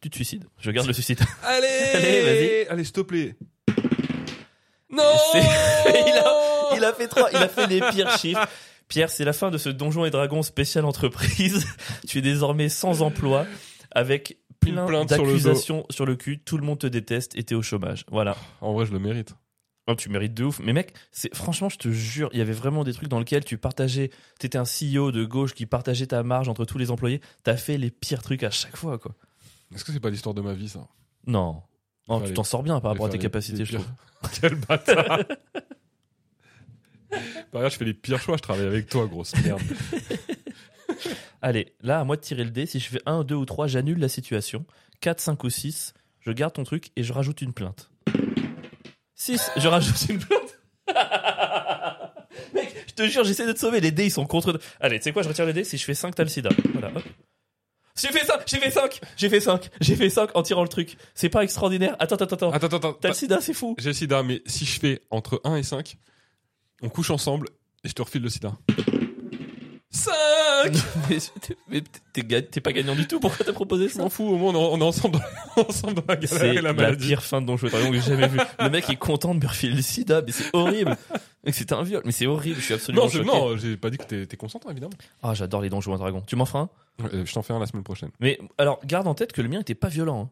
A: tu te suicides. Je garde le suicide.
B: (laughs) Allez
A: (laughs) Allez, vas-y.
B: Allez, s'il te plaît. Non
A: C'est-
B: (laughs)
A: Il a- Il a fait trois, il a fait les pires chiffres. Pierre, c'est la fin de ce Donjon et Dragons spécial entreprise. (laughs) tu es désormais sans emploi, avec
B: Une
A: plein
B: plainte sur le dos.
A: d'accusations sur, le cul. Tout le monde te déteste et t'es au chômage. Voilà.
B: En vrai, je le mérite.
A: Oh, tu mérites de ouf. Mais mec, c'est franchement, je te jure, il y avait vraiment des trucs dans lesquels tu partageais. T'étais un CEO de gauche qui partageait ta marge entre tous les employés. T'as fait les pires trucs à chaque fois, quoi.
B: Est-ce que c'est pas l'histoire de ma vie, ça
A: Non. Oh,
B: Faire
A: tu
B: les-
A: t'en sors bien par
B: Je vais
A: rapport à
B: faire
A: tes
B: les-
A: capacités,
B: les
A: je trouve.
B: pires- (laughs) Quel bâtard Par ailleurs, je fais les pires choix, je travaille avec toi, grosse
A: (laughs)
B: merde.
A: Allez, là, à moi de tirer le dé. Si je fais 1, 2 ou 3, j'annule la situation. 4, 5 ou 6, je garde ton truc et je rajoute une plainte. 6, je rajoute une plainte. (laughs) Mec, je te jure, j'essaie de te sauver. Les dés, ils sont contre. Allez, tu sais quoi, je retire le dé. Si je fais 5, t'as le sida. Voilà, hop. J'ai fait 5, j'ai fait 5, j'ai fait 5, j'ai fait 5 en tirant le truc. C'est pas extraordinaire. Attends, attends, attends.
B: Attends, attends,
A: T'as
B: attends.
A: le sida, c'est fou.
B: J'ai le sida, mais si je fais entre 1 et 5, on couche ensemble et je te refile le sida. 5
A: (laughs) Mais t'es- mais t'es ga- t'es pas gagnant du tout. Pourquoi t'as proposé
B: Je
A: ça
B: m'en fous, au moins on est on est ensemble dans, ensemble dans la (laughs) galère
A: C'est
B: et la
A: la,
B: maladie.
A: pire fin de Don Juan Dragon que j'ai jamais vue. Le mec est content de me refiler le sida, mais c'est horrible. Mec, C'est un viol, mais c'est horrible. Je suis absolument
B: Non, je-
A: choqué.
B: non, j'ai pas dit que t'es- t'es consentant, évidemment.
A: Ah, j'adore les Don Juan Dragon. Tu m'en feras un
B: Euh, Je t'en fais un la semaine prochaine.
A: Mais alors, garde en tête que le mien était pas violent. hein.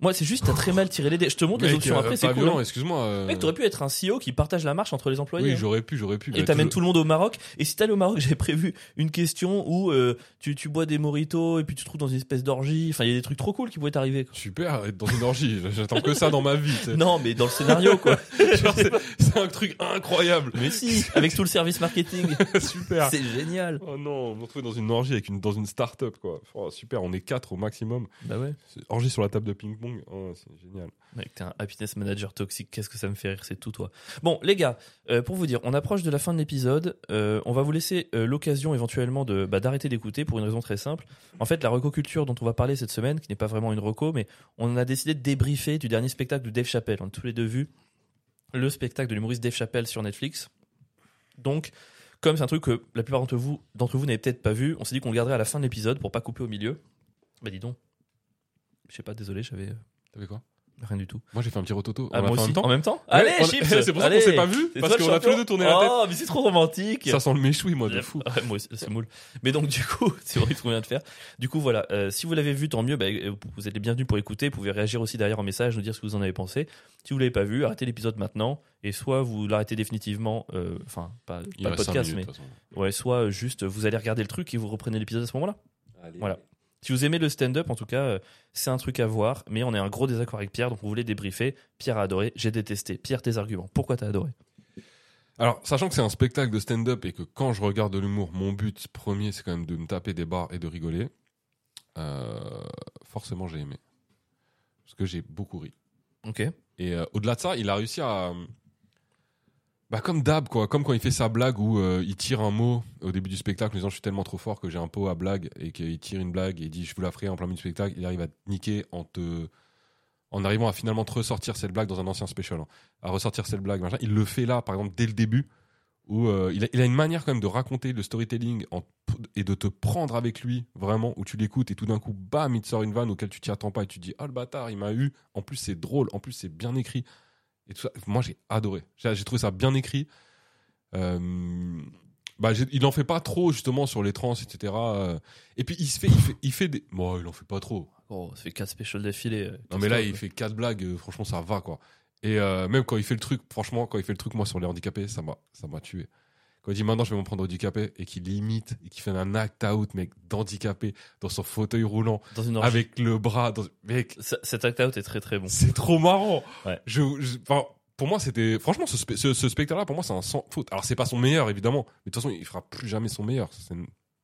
A: Moi, c'est juste, t'as très mal tiré les dés. Je te montre les
B: Mec,
A: options
B: euh,
A: après,
B: pas
A: c'est cool.
B: violent,
A: hein.
B: excuse-moi. euh,
A: Mec, t'aurais pu être un CEO qui partage la marche entre les employés.
B: Oui,
A: hein.
B: j'aurais pu, j'aurais pu.
A: Et
B: Bah,
A: t'amènes
B: toujours-
A: tout le monde au Maroc. Et si t'allais au Maroc, j'avais prévu une question où euh, tu, tu bois des moritos et puis tu te trouves dans une espèce d'orgie. Enfin, il y a des trucs trop cool qui pouvaient t'arriver. quoi.
B: Super, être dans une orgie. J'attends que ça dans ma vie. tu sais. (laughs)
A: Non, mais dans le scénario, quoi.
B: Genre, c'est- C'est un truc incroyable.
A: mais si, avec tout le service marketing,
B: (laughs) Super.
A: c'est génial.
B: Oh non, on se retrouve dans une orgie avec une dans une start-up quoi. Oh, super, on est quatre au maximum.
A: Bah ouais.
B: C'est- Orgie sur la table de ping-pong, oh, c'est génial.
A: Mec, t'es un happiness manager toxique, qu'est-ce que ça me fait rire, c'est tout toi. Bon, les gars, euh, pour vous dire, on approche de la fin de l'épisode. Euh, on va vous laisser euh, l'occasion éventuellement de bah, d'arrêter d'écouter pour une raison très simple. En fait, la recoculture dont on va parler cette semaine, qui n'est pas vraiment une reco, mais on a décidé de débriefer du dernier spectacle de Dave Chappelle. On a tous les deux vu le spectacle de l'humoriste Dave Chappelle sur Netflix. Donc, comme c'est un truc que la plupart d'entre vous, d'entre vous n'avez peut-être pas vu, on s'est dit qu'on le garderait à la fin de l'épisode pour pas couper au milieu. Bah dis donc. Je sais pas, désolé, j'avais euh,
B: T'avais quoi
A: rien du tout.
B: Moi j'ai fait un petit rototo.
A: Ah,
B: on l'a
A: moi
B: fait en
A: aussi.
B: même temps.
A: Ouais, Allez,
B: on-
A: Chips
B: (laughs) C'est pour ça qu'on
A: allez.
B: s'est pas vu
A: C'est
B: parce
A: toi le
B: qu'on a tous les
A: champion.
B: deux tourné la tête.
A: Oh, mais c'est trop romantique.
B: Ça sent le méchoui moi de fou.
A: Ouais, moi aussi, c'est moule. Mais donc, du coup, (laughs) c'est horrible ce qu'on vient de faire. Du coup, voilà. euh, si vous l'avez vu, tant mieux. bah, euh, vous êtes les bienvenus pour écouter. Vous pouvez réagir aussi derrière en message, nous dire ce que vous en avez pensé. Si vous l'avez pas vu, arrêtez l'épisode maintenant. Et soit vous l'arrêtez définitivement, euh, enfin, pas, pas le
B: reste cinq
A: podcast,
B: minutes,
A: mais.
B: de toute façon.
A: Ouais, soit euh, juste vous allez regarder le truc et vous reprenez l'épisode à ce moment-là. Voilà. Si vous aimez le stand-up, en tout cas, euh, c'est un truc à voir. Mais on est un gros désaccord avec Pierre, donc vous voulez débriefer. Pierre a adoré, j'ai détesté. Pierre, tes arguments. Pourquoi t'as adoré
B: Alors, sachant que c'est un spectacle de stand-up et que quand je regarde de l'humour, mon but premier, c'est quand même de me taper des barres et de rigoler, euh, forcément j'ai aimé. Parce que j'ai beaucoup ri.
A: Ok.
B: Et euh, au-delà de ça, il a réussi à. euh, Bah, comme d'hab, quoi. Comme quand il fait sa blague où euh, il tire un mot au début du spectacle en disant Je suis tellement trop fort que j'ai un pot à blague et qu'il tire une blague et il dit Je vous la ferai en plein milieu du spectacle. Il arrive à te niquer en te. En arrivant à finalement te ressortir cette blague dans un ancien special, hein. à ressortir cette blague, machin. Il le fait là, par exemple, dès le début, où euh, il, a, il a une manière quand même de raconter le storytelling en- et de te prendre avec lui, vraiment, où tu l'écoutes et tout d'un coup, bam, il te sort une vanne auquel tu t'y attends pas et tu te dis, ah le bâtard, il m'a eu. En plus, c'est drôle, en plus, c'est bien écrit. Et tout ça. Moi, j'ai adoré. J'ai j'ai trouvé ça bien écrit. Euh, bah, j'ai- il en fait pas trop, justement, sur les trans, etc. Euh, Et puis, il se fait. Il fait, il fait des... Bon, il en fait pas trop.
A: Oh, ça fait 4 specials d'affilée. euh,
B: Non mais là
A: catastrophe.
B: il fait quatre blagues, euh, franchement ça va quoi. Et euh, même quand il fait le truc, franchement quand il fait le truc moi sur les handicapés, ça m'a ça m'a tué. Quand il dit maintenant je vais m'en prendre handicapé et qu'il imite et qu'il fait un act out mec d'handicapé dans son fauteuil roulant
A: Dans une orgie.
B: avec le bras dans mec
A: Ça- Cet act-out est très très bon.
B: Ah, c'est trop marrant.
A: Ouais.
B: Je, je- enfin, pour moi c'était franchement ce, spe- ce, ce spectacle là pour moi c'est un sans faute. Alors c'est pas son meilleur évidemment, mais de toute façon il fera plus jamais son meilleur, c'est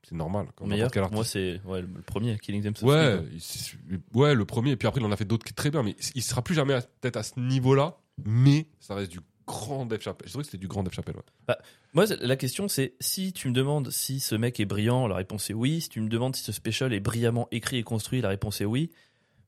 B: c'est normal comme
A: Meilleur,
B: n'importe quel
A: moi
B: artiste.
A: c'est ouais, le le premier, Killing Them Softly,
B: Ouais,
A: quoi.
B: il- c'est- ouais, le premier. Et puis après, il en a fait d'autres qui- très bien. Mais il sera plus jamais à- peut-être à ce niveau-là. Mais ça reste du grand Dave Chappelle. Je trouvais que c'était du grand Dave Chappelle. ouais.
A: Moi, c'est- la question c'est si tu me demandes si ce mec est brillant, la réponse est oui. Si tu me demandes si ce special est brillamment écrit et construit, la réponse est oui.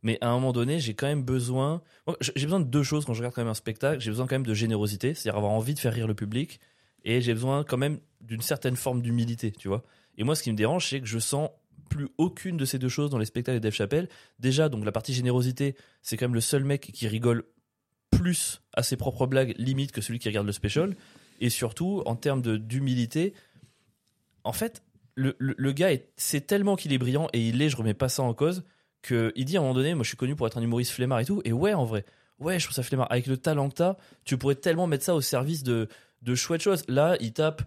A: Mais à un moment donné, j'ai quand même besoin. Moi, j- J'ai besoin de deux choses quand je regarde quand même un spectacle. J'ai besoin quand même de générosité, c'est-à-dire avoir envie de faire rire le public. Et j'ai besoin quand même d'une certaine forme d'humilité, tu vois. Et moi, ce qui me dérange, c'est que je sens plus aucune de ces deux choses dans les spectacles de Dave Chappelle. Déjà, donc la partie générosité, c'est quand même le seul mec qui rigole plus à ses propres blagues, limite, que celui qui regarde le special. Et surtout, en termes de- d'humilité, en fait, le, le- le gars est- sait tellement qu'il est brillant, et il l'est, je remets pas ça en cause, qu'il dit à un moment donné, moi je suis connu pour être un humoriste flemmard et tout, et ouais, en vrai, ouais, je trouve ça flemmard. Avec le talent que t'as, tu pourrais tellement mettre ça au service de, de chouettes choses. Là, il tape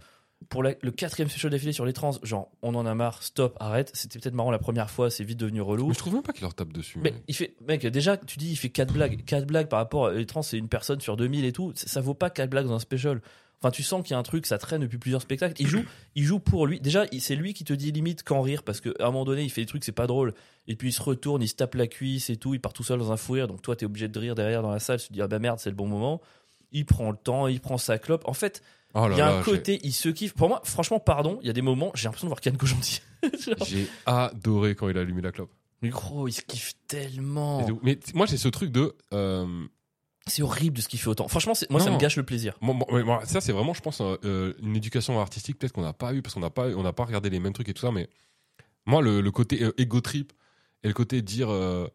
A: pour la- le quatrième special d'affilée sur les trans, genre, on en a marre, stop, arrête, c'était peut-être marrant la première fois, c'est vite devenu relou.
B: Mais je trouve même pas qu'il leur tape dessus.
A: Mais
B: mais-
A: il fait, mec, déjà, tu dis, il fait 4 blagues. 4 blagues par rapport à les trans, c'est une personne sur 2000 et tout. Ça, ça vaut pas 4 blagues dans un special. Enfin, tu sens qu'il y a un truc, ça traîne depuis plusieurs spectacles. Il joue, il joue pour lui. Déjà, il- c'est lui qui te dit limite quand rire parce qu'à un moment donné, il fait des trucs, c'est pas drôle. Et puis il se retourne, il se tape la cuisse et tout, il part tout seul dans un fou rire. Donc toi, t'es obligé de rire derrière dans la salle. Tu te dis, ah bah merde, c'est le bon moment. Il prend le temps, il prend sa clope. En fait,
B: Oh là
A: il y a
B: là,
A: un
B: j'ai-
A: côté, il se kiffe. Pour moi, franchement, pardon, il y a des moments, j'ai l'impression de voir Ken Kojandi. (laughs) Genre,
B: J'ai adoré quand il a allumé la clope.
A: mais gros, il se kiffe tellement.
B: Et de- Mais t- moi, j'ai ce truc de. euh,
A: C'est horrible de ce qu'il fait autant. Franchement, c'est- moi, ça
B: Non.
A: me gâche le plaisir.
B: moi- moi- ouais, moi, ça, c'est vraiment, je pense, euh, euh, une éducation artistique peut-être qu'on n'a pas eu parce qu'on n'a pas, on n'a pas regardé les mêmes trucs et tout ça. Mais moi, le, le côté euh, ego trip et le côté dire. euh,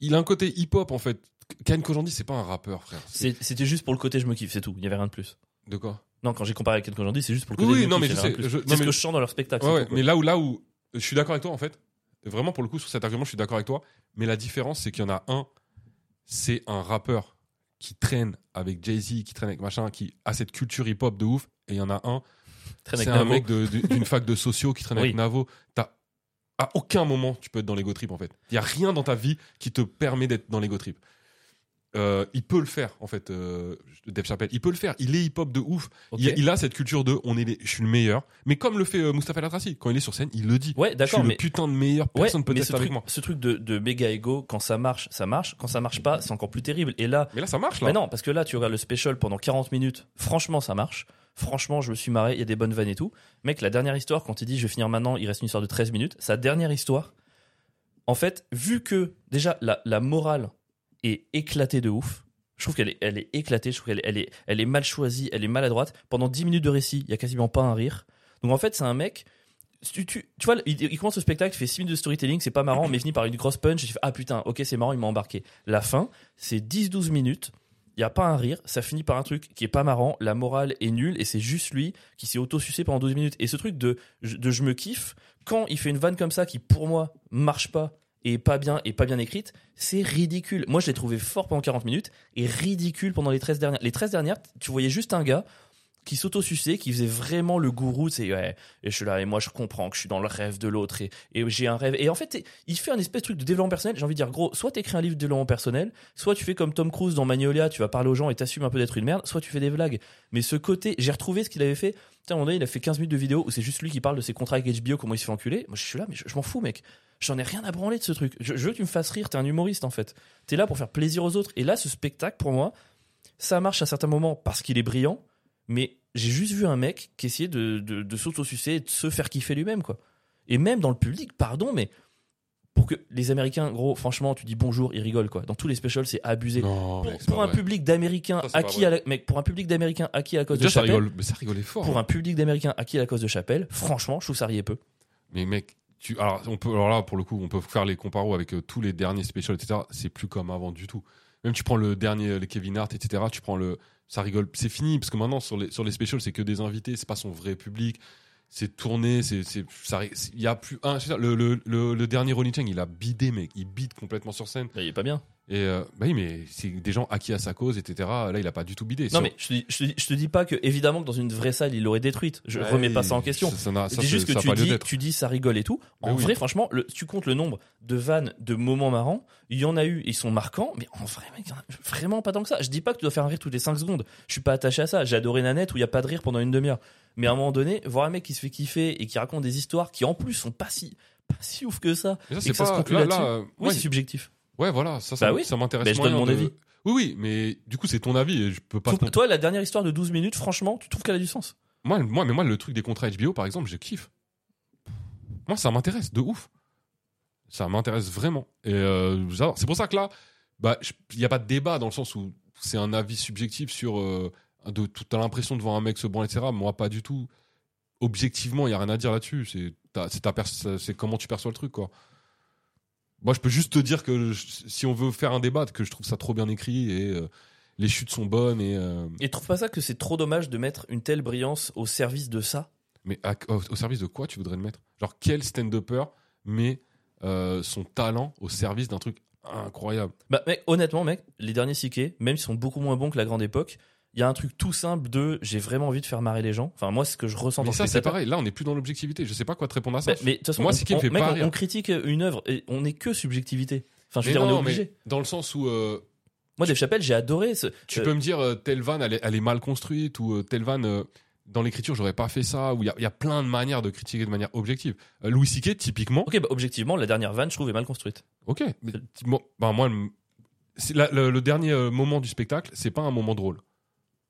B: il a un côté hip-hop en fait. Ken Kojandi, c'est pas un rappeur, frère. C'est-
A: C'est- C'était juste pour le côté je me kiffe, c'est tout. Il n'y avait rien de plus.
B: De quoi
A: Non, quand j'ai comparé avec quelqu'un aujourd'hui, c'est juste pour le
B: Oui,
A: côté je me
B: non,
A: kiffe,
B: mais
A: il y
B: je
A: avait rien
B: sais,
A: de plus.
B: je- non,
A: C'est ce
B: mais-
A: que je chante dans leur spectacle.
B: Ouais,
A: c'est
B: ouais,
A: tout, quoi.
B: mais là où, là où je suis d'accord avec toi, en fait, vraiment pour le coup, sur cet argument, je suis d'accord avec toi, mais la différence, c'est qu'il y en a un c'est un rappeur qui traîne avec Jay-Z, qui traîne avec machin, qui a cette culture hip-hop de ouf. Et il y en a un,
A: Traîne avec
B: c'est un
A: Navo.
B: mec de- de- d'une fac de sociaux
A: (laughs)
B: qui traîne
A: Oui.
B: avec Navo. T'as- à aucun moment, tu peux être dans l'ego trip en fait. Il n'y a rien dans ta vie qui te permet d'être dans l'ego trip. Euh, il peut le faire en fait, euh, Dave Chappelle. Il peut le faire. Il est hip-hop de ouf.
A: Ok.
B: Il, il a cette culture de on est les- je suis le meilleur. Mais comme le fait euh, Mustapha Latrassi, quand il est sur scène, il le dit.
A: Ouais,
B: Je suis
A: d'accord,
B: le
A: mais
B: putain de meilleur.
A: Ouais,
B: Personne ne peut
A: mais
B: être
A: ce
B: avec
A: truc,
B: moi.
A: ce truc de, de méga ego, quand ça marche, ça marche. Quand ça marche pas, c'est encore plus terrible. Et là,
B: Mais là, ça marche là.
A: mais non, parce que là, tu regardes le special pendant 40 minutes. Franchement, ça marche. Franchement, je me suis marré. Il y a des bonnes vannes et tout. Mec, la dernière histoire, quand il dit je vais finir maintenant, il reste une histoire de 13 minutes. Sa dernière histoire, en fait, vu que déjà la, la morale est éclatée de ouf, je trouve qu'elle est, elle est éclatée, je trouve qu'elle est, elle est, elle est mal choisie, elle est maladroite. Pendant 10 minutes de récit, il y a quasiment pas un rire. Donc en fait, c'est un mec. Tu, tu, tu vois, il, il commence le spectacle, il fait 6 minutes de storytelling, c'est pas marrant, mais il finit par une grosse punch. Et tu fais, ah putain, ok, c'est marrant, il m'a embarqué. La fin, c'est 10-12 minutes. Il n'y a pas un rire, ça finit par un truc qui est pas marrant, la morale est nulle et c'est juste lui qui s'est auto-sucé pendant 12 minutes. Et ce truc de, de je me kiffe, quand il fait une vanne comme ça qui pour moi marche pas et est pas bien et pas bien écrite, c'est ridicule. Moi je l'ai trouvé fort pendant 40 minutes et ridicule pendant les 13 dernières. Les 13 dernières, tu voyais juste un gars qui s'auto-suçait, qui faisait vraiment le gourou, c'est ouais, et je suis là, et moi je comprends que je suis dans le rêve de l'autre, et, et j'ai un rêve. Et en fait, t'es- il fait un espèce de truc de développement personnel, j'ai envie de dire, gros, soit t'écris un livre de développement personnel, soit tu fais comme Tom Cruise dans Magnolia, tu vas parler aux gens et t'assumes un peu d'être une merde, soit tu fais des blagues. Mais ce côté, j'ai retrouvé ce qu'il avait fait. Putain, à un moment donné, il a fait 15 minutes de vidéo où c'est juste lui qui parle de ses contrats avec HBO, comment il se fait enculer. Moi, je suis là, mais je, je m'en fous, mec. J'en ai rien à branler de ce truc. Je, je veux que tu me fasses rire, t'es un humoriste en fait. T'es là pour faire plaisir aux autres. Et là, ce spectacle, pour moi, ça marche à certains moments parce qu'il est brillant, mais j'ai juste vu un mec qui essayait de, de, de s'autosucer et de se faire kiffer lui-même, quoi. Et même dans le public, pardon, mais pour que les Américains, gros, franchement, tu dis bonjour, ils rigolent, quoi. Dans tous les specials, c'est abusé
B: Non,
A: pour,
B: mec, c'est
A: pour
B: pas
A: un
B: vrai.
A: public d'Américains
B: Ça, c'est pas
A: acquis
B: vrai.
A: à la, mec, pour un public d'Américains acquis à la cause
B: Déjà,
A: de
B: ça
A: Chapelle,
B: rigole. Mais ça rigolait fort.
A: pour
B: hein.
A: un public d'Américains acquis à la cause de Chapelle, franchement, je trouve ça riait peu.
B: Mais mec, tu, alors, on peut, alors là, pour le coup, on peut faire les comparos avec euh, tous les derniers specials, etc. C'est plus comme avant du tout. Même tu prends le dernier, euh, le Kevin Hart, etc. Tu prends le. Ça rigole. C'est fini, parce que maintenant, sur les, sur les specials, c'est que des invités, c'est pas son vrai public. C'est tourné, c'est. c'est- ça ri- c'est- Il y a plus. un, c'est ça, le, le, le, le dernier Ronnie Chang, il a bidé, mec. Il bide complètement sur scène.
A: Là, il est pas bien.
B: Et. euh, bah oui, mais c'est des gens acquis à sa cause, etc. Là, il a pas du tout bidé.
A: Non
B: Sur-
A: mais je te, dis, je, te dis, je te dis pas que évidemment que dans une vraie salle il l'aurait détruite. Je
B: Ouais,
A: remets pas ça en question.
B: Ça, ça n'a-
A: Je
B: Ah, ça,
A: dis juste que
B: ça- ça a
A: tu
B: pas lieu
A: dis,
B: d'être.
A: tu dis ça rigole et tout. En
B: Mais oui.
A: vrai, franchement, le- tu comptes le nombre de vannes, de moments marrants. Il y en a eu, ils sont marquants, mais en vrai, mec, il y en a vraiment pas tant que ça. Je dis pas que tu dois faire un rire toutes les 5 secondes. Je suis pas attaché à ça. J'ai adoré Nanette où il y a pas de rire pendant une demi-heure. Mais à un moment donné, voir un mec qui se fait kiffer et qui raconte des histoires qui en plus sont pas si, pas si ouf que ça.
B: Mais ça,
A: et
B: c'est
A: que ça se
B: pas.
A: conclut
B: là,
A: là-dessus.
B: là, euh,
A: Oui,
B: ouais,
A: c'est subjectif.
B: Ouais, voilà, ça, ça,
A: Bah oui.
B: ça m'intéresse
A: Bah, je
B: moyen
A: donne mon
B: de-
A: avis.
B: Oui, oui, mais du coup, c'est ton avis et je peux pas.
A: Faut-
B: te contre-
A: Toi, la dernière histoire de 12 minutes, franchement, tu trouves qu'elle a du sens
B: Moi, moi, mais moi, le truc des contrats HBO, par exemple, je kiffe. Moi, ça m'intéresse de ouf. Ça m'intéresse vraiment. Et euh, j'adore. c'est pour ça que là, bah, je- il n'y a pas de débat dans le sens où c'est un avis subjectif sur. Euh, de, t'as l'impression de voir un mec se branler, etc. Moi, pas du tout. Objectivement, il n'y a rien à dire là-dessus. C'est ta- c'est ta pers- c'est comment tu perçois le truc, quoi. Moi, je peux juste te dire que je- si on veut faire un débat, que je trouve ça trop bien écrit et euh, les chutes sont bonnes et. euh,
A: Et trouve pas ça que c'est trop dommage de mettre une telle brillance au service de ça
B: Mais à- au, au service de quoi tu voudrais le mettre Genre quel stand-upper met euh, son talent au service d'un truc incroyable
A: Bah, mec, honnêtement, mec, les derniers Siké, même s'ils sont beaucoup moins bons que la grande époque, il y a un truc tout simple de j'ai vraiment envie de faire marrer les gens. Enfin, moi, c'est ce que je ressens
B: Mais
A: dans
B: ça
A: le
B: c'est pareil, là on n'est plus dans l'objectivité, je sais pas quoi te répondre à ça.
A: Mais, mais de toute façon,
B: Moi,
A: on,
B: Siké me
A: on-
B: fait
A: mec,
B: pas
A: on-
B: rire.
A: on critique une œuvre et on n'est que subjectivité. Enfin, je veux
B: Mais
A: dire, on
B: non,
A: est obligé.
B: mais dans le sens où euh,
A: Moi, Dave Chappelle, j'ai adoré. Ce...
B: tu
A: euh,
B: peux me dire euh, telle vanne elle est, elle est mal construite ou euh, telle vanne euh, dans l'écriture j'aurais pas fait ça, ou il y a- il y, a plein de manières de critiquer de manière objective. Euh, Louis C.K. typiquement,
A: Ok, bah, objectivement, la dernière vanne, je trouve, est mal construite.
B: ok, mais tu- moi, ben, moi, le- c'est la- le, le dernier euh, moment du spectacle c'est pas un moment drôle.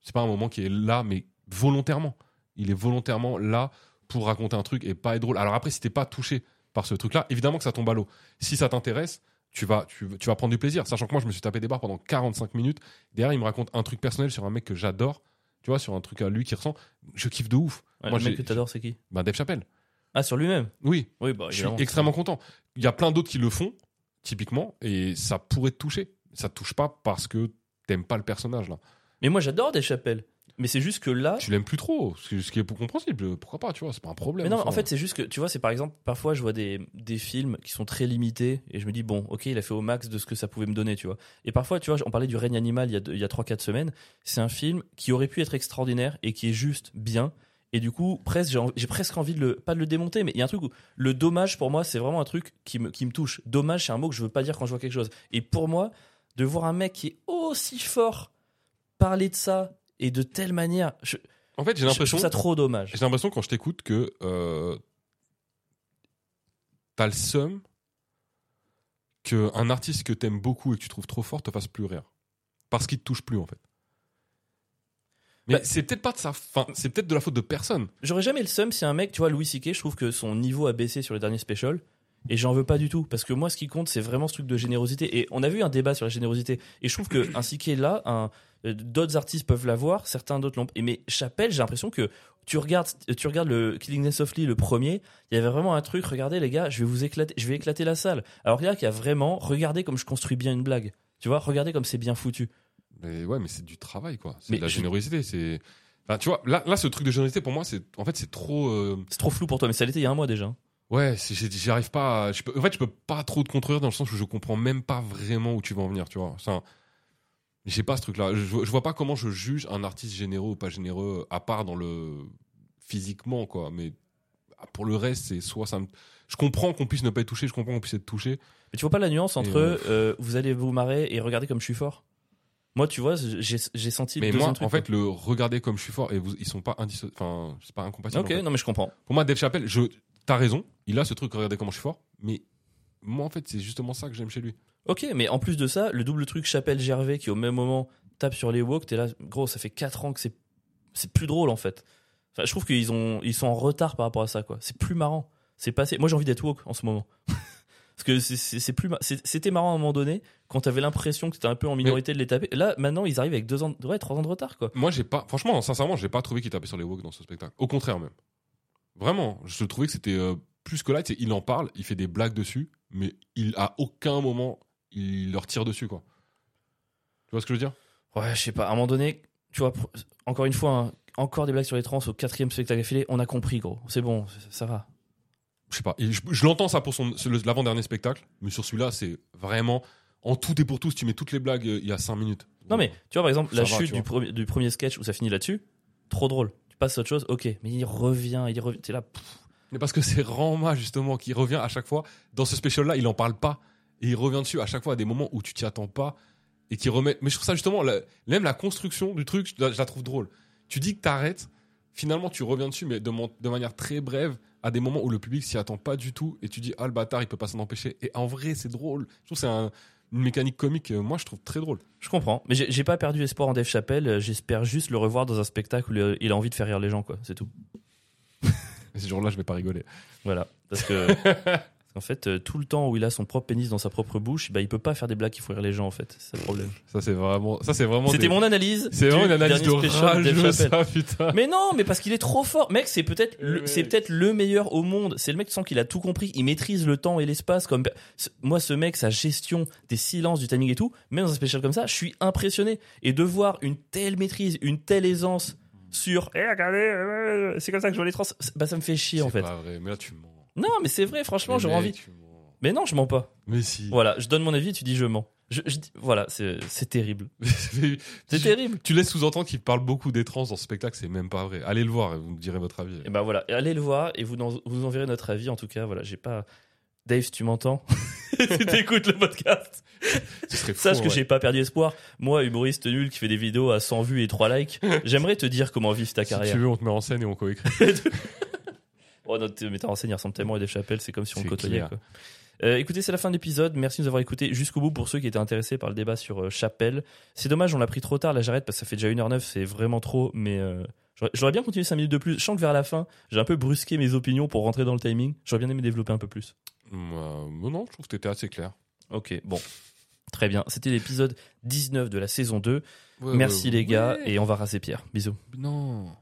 B: C'est pas un moment qui est là, mais volontairement. Il est volontairement là pour raconter un truc et pas être drôle. Alors après, si t'es pas touché par ce truc-là, évidemment que ça tombe à l'eau. Si ça t'intéresse, tu vas, tu, tu vas prendre du plaisir. Sachant que moi, je me suis tapé des barres pendant 45 minutes. Derrière, il me raconte un truc personnel sur un mec que j'adore. Tu vois, sur un truc à lui qui ressent. Je kiffe de ouf.
A: Ouais,
B: moi,
A: le mec
B: j'ai-
A: que t'adores, c'est qui
B: Ben, Dave Chappelle.
A: Ah, sur lui-même
B: Oui,
A: Oui, bah,
B: je suis
A: évidemment.
B: extrêmement content. Il y a plein d'autres qui le font, typiquement, et ça pourrait te toucher. Ça te touche pas parce que t'aimes pas le personnage, là.
A: Mais moi, j'adore Dave Chappelle. Mais c'est juste que là,
B: Tu l'aimes plus trop, ce qui- ce qui est compréhensible. Pourquoi pas, tu vois, c'est pas un problème.
A: Mais non,
B: enfin.
A: en fait, c'est juste que, tu vois, c'est par exemple, parfois je vois des, des films qui sont très limités et je me dis, bon, ok, il a fait au max de ce que ça pouvait me donner, tu vois. Et parfois, tu vois, on parlait du règne animal il y a, deux- il y a 3-4 semaines, c'est un film qui aurait pu être extraordinaire et qui est juste bien. Et du coup, presque, j'ai en- j'ai presque envie de le, pas de le démonter, mais il y a un truc où le dommage pour moi, c'est vraiment un truc qui me, qui me touche. Dommage, c'est un mot que je veux pas dire quand je vois quelque chose. Et pour moi, de voir un mec qui est aussi fort parler de ça et de telle manière, je,
B: en fait, j'ai
A: je trouve
B: l'impression.
A: ça trop dommage.
B: J'ai l'impression quand je t'écoute que euh, t'as le seum qu'un artiste que t'aimes beaucoup et que tu trouves trop fort te fasse plus rire. Parce qu'il te touche plus en fait. Mais
A: Bah-
B: c'est peut-être pas de sa fin, c'est peut-être de la faute de personne.
A: J'aurais jamais le seum si un mec, tu vois, Louis C.K., je trouve que son niveau a baissé sur les derniers specials. Et j'en veux pas du tout. Parce que moi, ce qui compte, c'est vraiment ce truc de générosité. Et on a vu un débat sur la générosité. Et je trouve que un C.K. là, un- euh, d'autres artistes peuvent l'avoir, certains d'autres l'ont. Et mais Chappelle, j'ai l'impression que tu regardes, tu regardes le Killing Softly, le premier, il y avait vraiment un truc, regardez les gars, je vais vous éclater, je vais éclater la salle. Alors qu'il y a- qu'il y a vraiment, regardez comme je construis bien une blague. Tu vois, regardez comme c'est bien foutu.
B: Mais ouais, mais c'est du travail quoi. C'est
A: Mais
B: de la
A: je-
B: générosité. C'est. Enfin, tu vois, là, là, ce truc de générosité pour moi, c'est en fait, c'est trop. euh,
A: C'est trop flou pour toi, mais ça l'était il y a un mois déjà. hein.
B: Ouais, c'est- c'est- j'y arrive pas. à- je peux- en fait, je peux pas trop te contredire dans le sens où je comprends même pas vraiment où tu vas en venir, tu vois. C'est un- J'ai pas ce truc-là. Je, je vois pas comment je juge un artiste généreux ou pas généreux, à part dans le. physiquement, quoi. Mais ah, pour le reste, c'est soit ça me. Je comprends qu'on puisse ne pas être touché, je comprends qu'on puisse être touché.
A: Mais tu vois pas la nuance entre
B: Et, euh,
A: euh, vous allez vous marrer et regardez comme je suis fort Moi, tu vois, j'ai j'ai senti
B: Mais
A: deux
B: moi,
A: un truc,
B: en fait, le regarder comme je suis fort, et vous, ils sont pas indisso- Enfin, c'est pas
A: quoi.
B: incompatible.
A: Ok,
B: en fait.
A: non, mais je comprends.
B: Pour moi, Dave Chappelle, je... t'as raison, il a ce truc, regardez comment je suis fort. Mais moi, en fait, c'est justement ça que j'aime chez lui.
A: Ok, mais en plus de ça, le double truc Chapelle-Gervais qui, au même moment, tape sur les woke, t'es là, gros, ça fait 4 ans que c'est c'est plus drôle, en fait. Enfin, je trouve qu'ils ont- ils sont en retard par rapport à ça, quoi. C'est plus marrant. C'est passé. Moi, j'ai envie d'être woke en ce moment. (laughs) Parce que c'est- c'est c'est plus mar- c'est- c'était marrant à un moment donné, quand t'avais l'impression que t'étais un peu en minorité de les taper. Là, maintenant, ils arrivent avec 2 ans, ouais, 3 ans de retard, quoi.
B: Moi, j'ai pas. Franchement, sincèrement, j'ai pas trouvé qu'il tapait sur les woke dans ce spectacle. Au contraire, même. Vraiment, je trouvais que c'était euh, plus que light. C'est- Il en parle, il fait des blagues dessus, mais il à aucun moment il leur tire dessus, quoi. Tu vois ce que je veux dire
A: Ouais, je sais pas. À un moment donné, tu vois, pour- encore une fois, hein, encore des blagues sur les trans au quatrième spectacle affilé, on a compris, gros. C'est bon, c- ça va.
B: Je sais pas. Et je je l'entends ça pour son c'est le- l'avant-dernier spectacle, mais sur celui-là, c'est vraiment en tout et pour tout. Si tu mets toutes les blagues, euh, il y a 5 minutes.
A: Non, mais tu vois, par exemple,
B: Ça
A: la
B: va,
A: chute
B: tu
A: du, premier- du premier sketch où ça finit là-dessus, trop drôle. Tu passes à autre chose, ok. Mais il revient, il revient. T'es là. pff.
B: Mais parce que c'est Ranma justement qui revient à chaque fois. Dans ce special-là, il en parle pas. Et il revient dessus à chaque fois à des moments où tu t'y attends pas. Et qui remet. Mais je trouve ça justement, la- même la construction du truc, je la, je la trouve drôle. Tu dis que t'arrêtes, finalement tu reviens dessus, mais de, mon- de manière très brève, à des moments où le public s'y attend pas du tout. Et tu dis, ah le bâtard, il peut pas s'en empêcher. Et en vrai, c'est drôle. Je trouve que c'est un- une mécanique comique, euh, moi je trouve très drôle.
A: Je comprends. Mais j'ai j'ai pas perdu espoir en Dave Chappelle. euh, J'espère juste le revoir dans un spectacle où le- il a envie de faire rire les gens, quoi. C'est tout.
B: Et ce jour-là, je vais pas rigoler.
A: Voilà. Parce
B: (laughs)
A: que. parce qu'en fait, euh, tout le temps où il a son propre pénis dans sa propre bouche, bah, il peut pas faire des blagues qui font rire les gens, en fait. C'est ça le problème.
B: Ça, c'est vraiment. Ça, c'est vraiment.
A: C'était
B: des-
A: mon analyse.
B: C'est
A: du
B: vraiment une analyse de
A: dernier spécial Dave
B: rageux,
A: Chappelle.
B: ça, putain.
A: Mais non, mais parce qu'il est trop fort. Mec, c'est peut-être le,
B: Mec.
A: c'est peut-être le meilleur au monde. C'est le mec, tu sens qu'il a tout compris. Il maîtrise le temps et l'espace. Comme ce- moi, ce mec, sa gestion des silences, du timing et tout. Même dans un spécial comme ça, je suis impressionné. Et de voir une telle maîtrise, une telle aisance sur. Eh, regardez, euh, c'est comme ça que je vois les trans. Bah, ça me fait chier en
B: C'est
A: fait.
B: pas vrai, mais là, tu mens.
A: Non, mais c'est vrai. Franchement,
B: Mais
A: j'aurais
B: mec,
A: envie.
B: tu mens.
A: Mais non, je mens pas.
B: Mais (laughs) si.
A: Voilà, je donne mon avis. Tu dis je mens. Je, je dis- voilà, c'est c'est terrible.
B: Mais
A: C'est
B: tu,
A: terrible.
B: tu laisses sous-entendre qu'il parle beaucoup des trans dans ce spectacle, c'est même pas vrai. Allez le voir et vous me direz votre avis.
A: Et ben voilà, Et allez le voir et vous, nous- vous nous enverrez notre avis. En tout cas, voilà, j'ai pas. Dave, si tu m'entends, (laughs) si t'écoutes le podcast,
B: Ce serait fou.
A: sache
B: en
A: que
B: vrai.
A: j'ai pas perdu espoir. Moi, humoriste nul qui fait des vidéos à 100 vues et 3 (laughs) likes, j'aimerais te dire comment vivre ta
B: Si tu
A: carrière.
B: veux, on te met en scène et on coécrit. (laughs)
A: Oh, notre metteur en scène, il ressemble tellement à Dave Chappelle, c'est comme si on le
B: C'est
A: côtoyait.
B: clair.
A: quoi. Euh, écoutez, c'est la fin de l'épisode. Merci de nous avoir écoutés jusqu'au bout pour ceux qui étaient intéressés par le débat sur euh, Chappelle. C'est dommage, on l'a pris trop tard. Là, j'arrête parce que ça fait déjà 1h09, c'est vraiment trop. Mais euh, j'aurais- j'aurais bien continué 5 minutes de plus. Je sens que vers la fin, j'ai un peu brusqué mes opinions pour rentrer dans le timing. J'aurais bien aimé développer un peu plus.
B: Moi, non, non, je trouve que t'étais assez clair.
A: Ok, bon. Très bien. C'était l'épisode 19 de la saison 2. Merci les gars et on va raser Pierre. Bisous.
B: Non.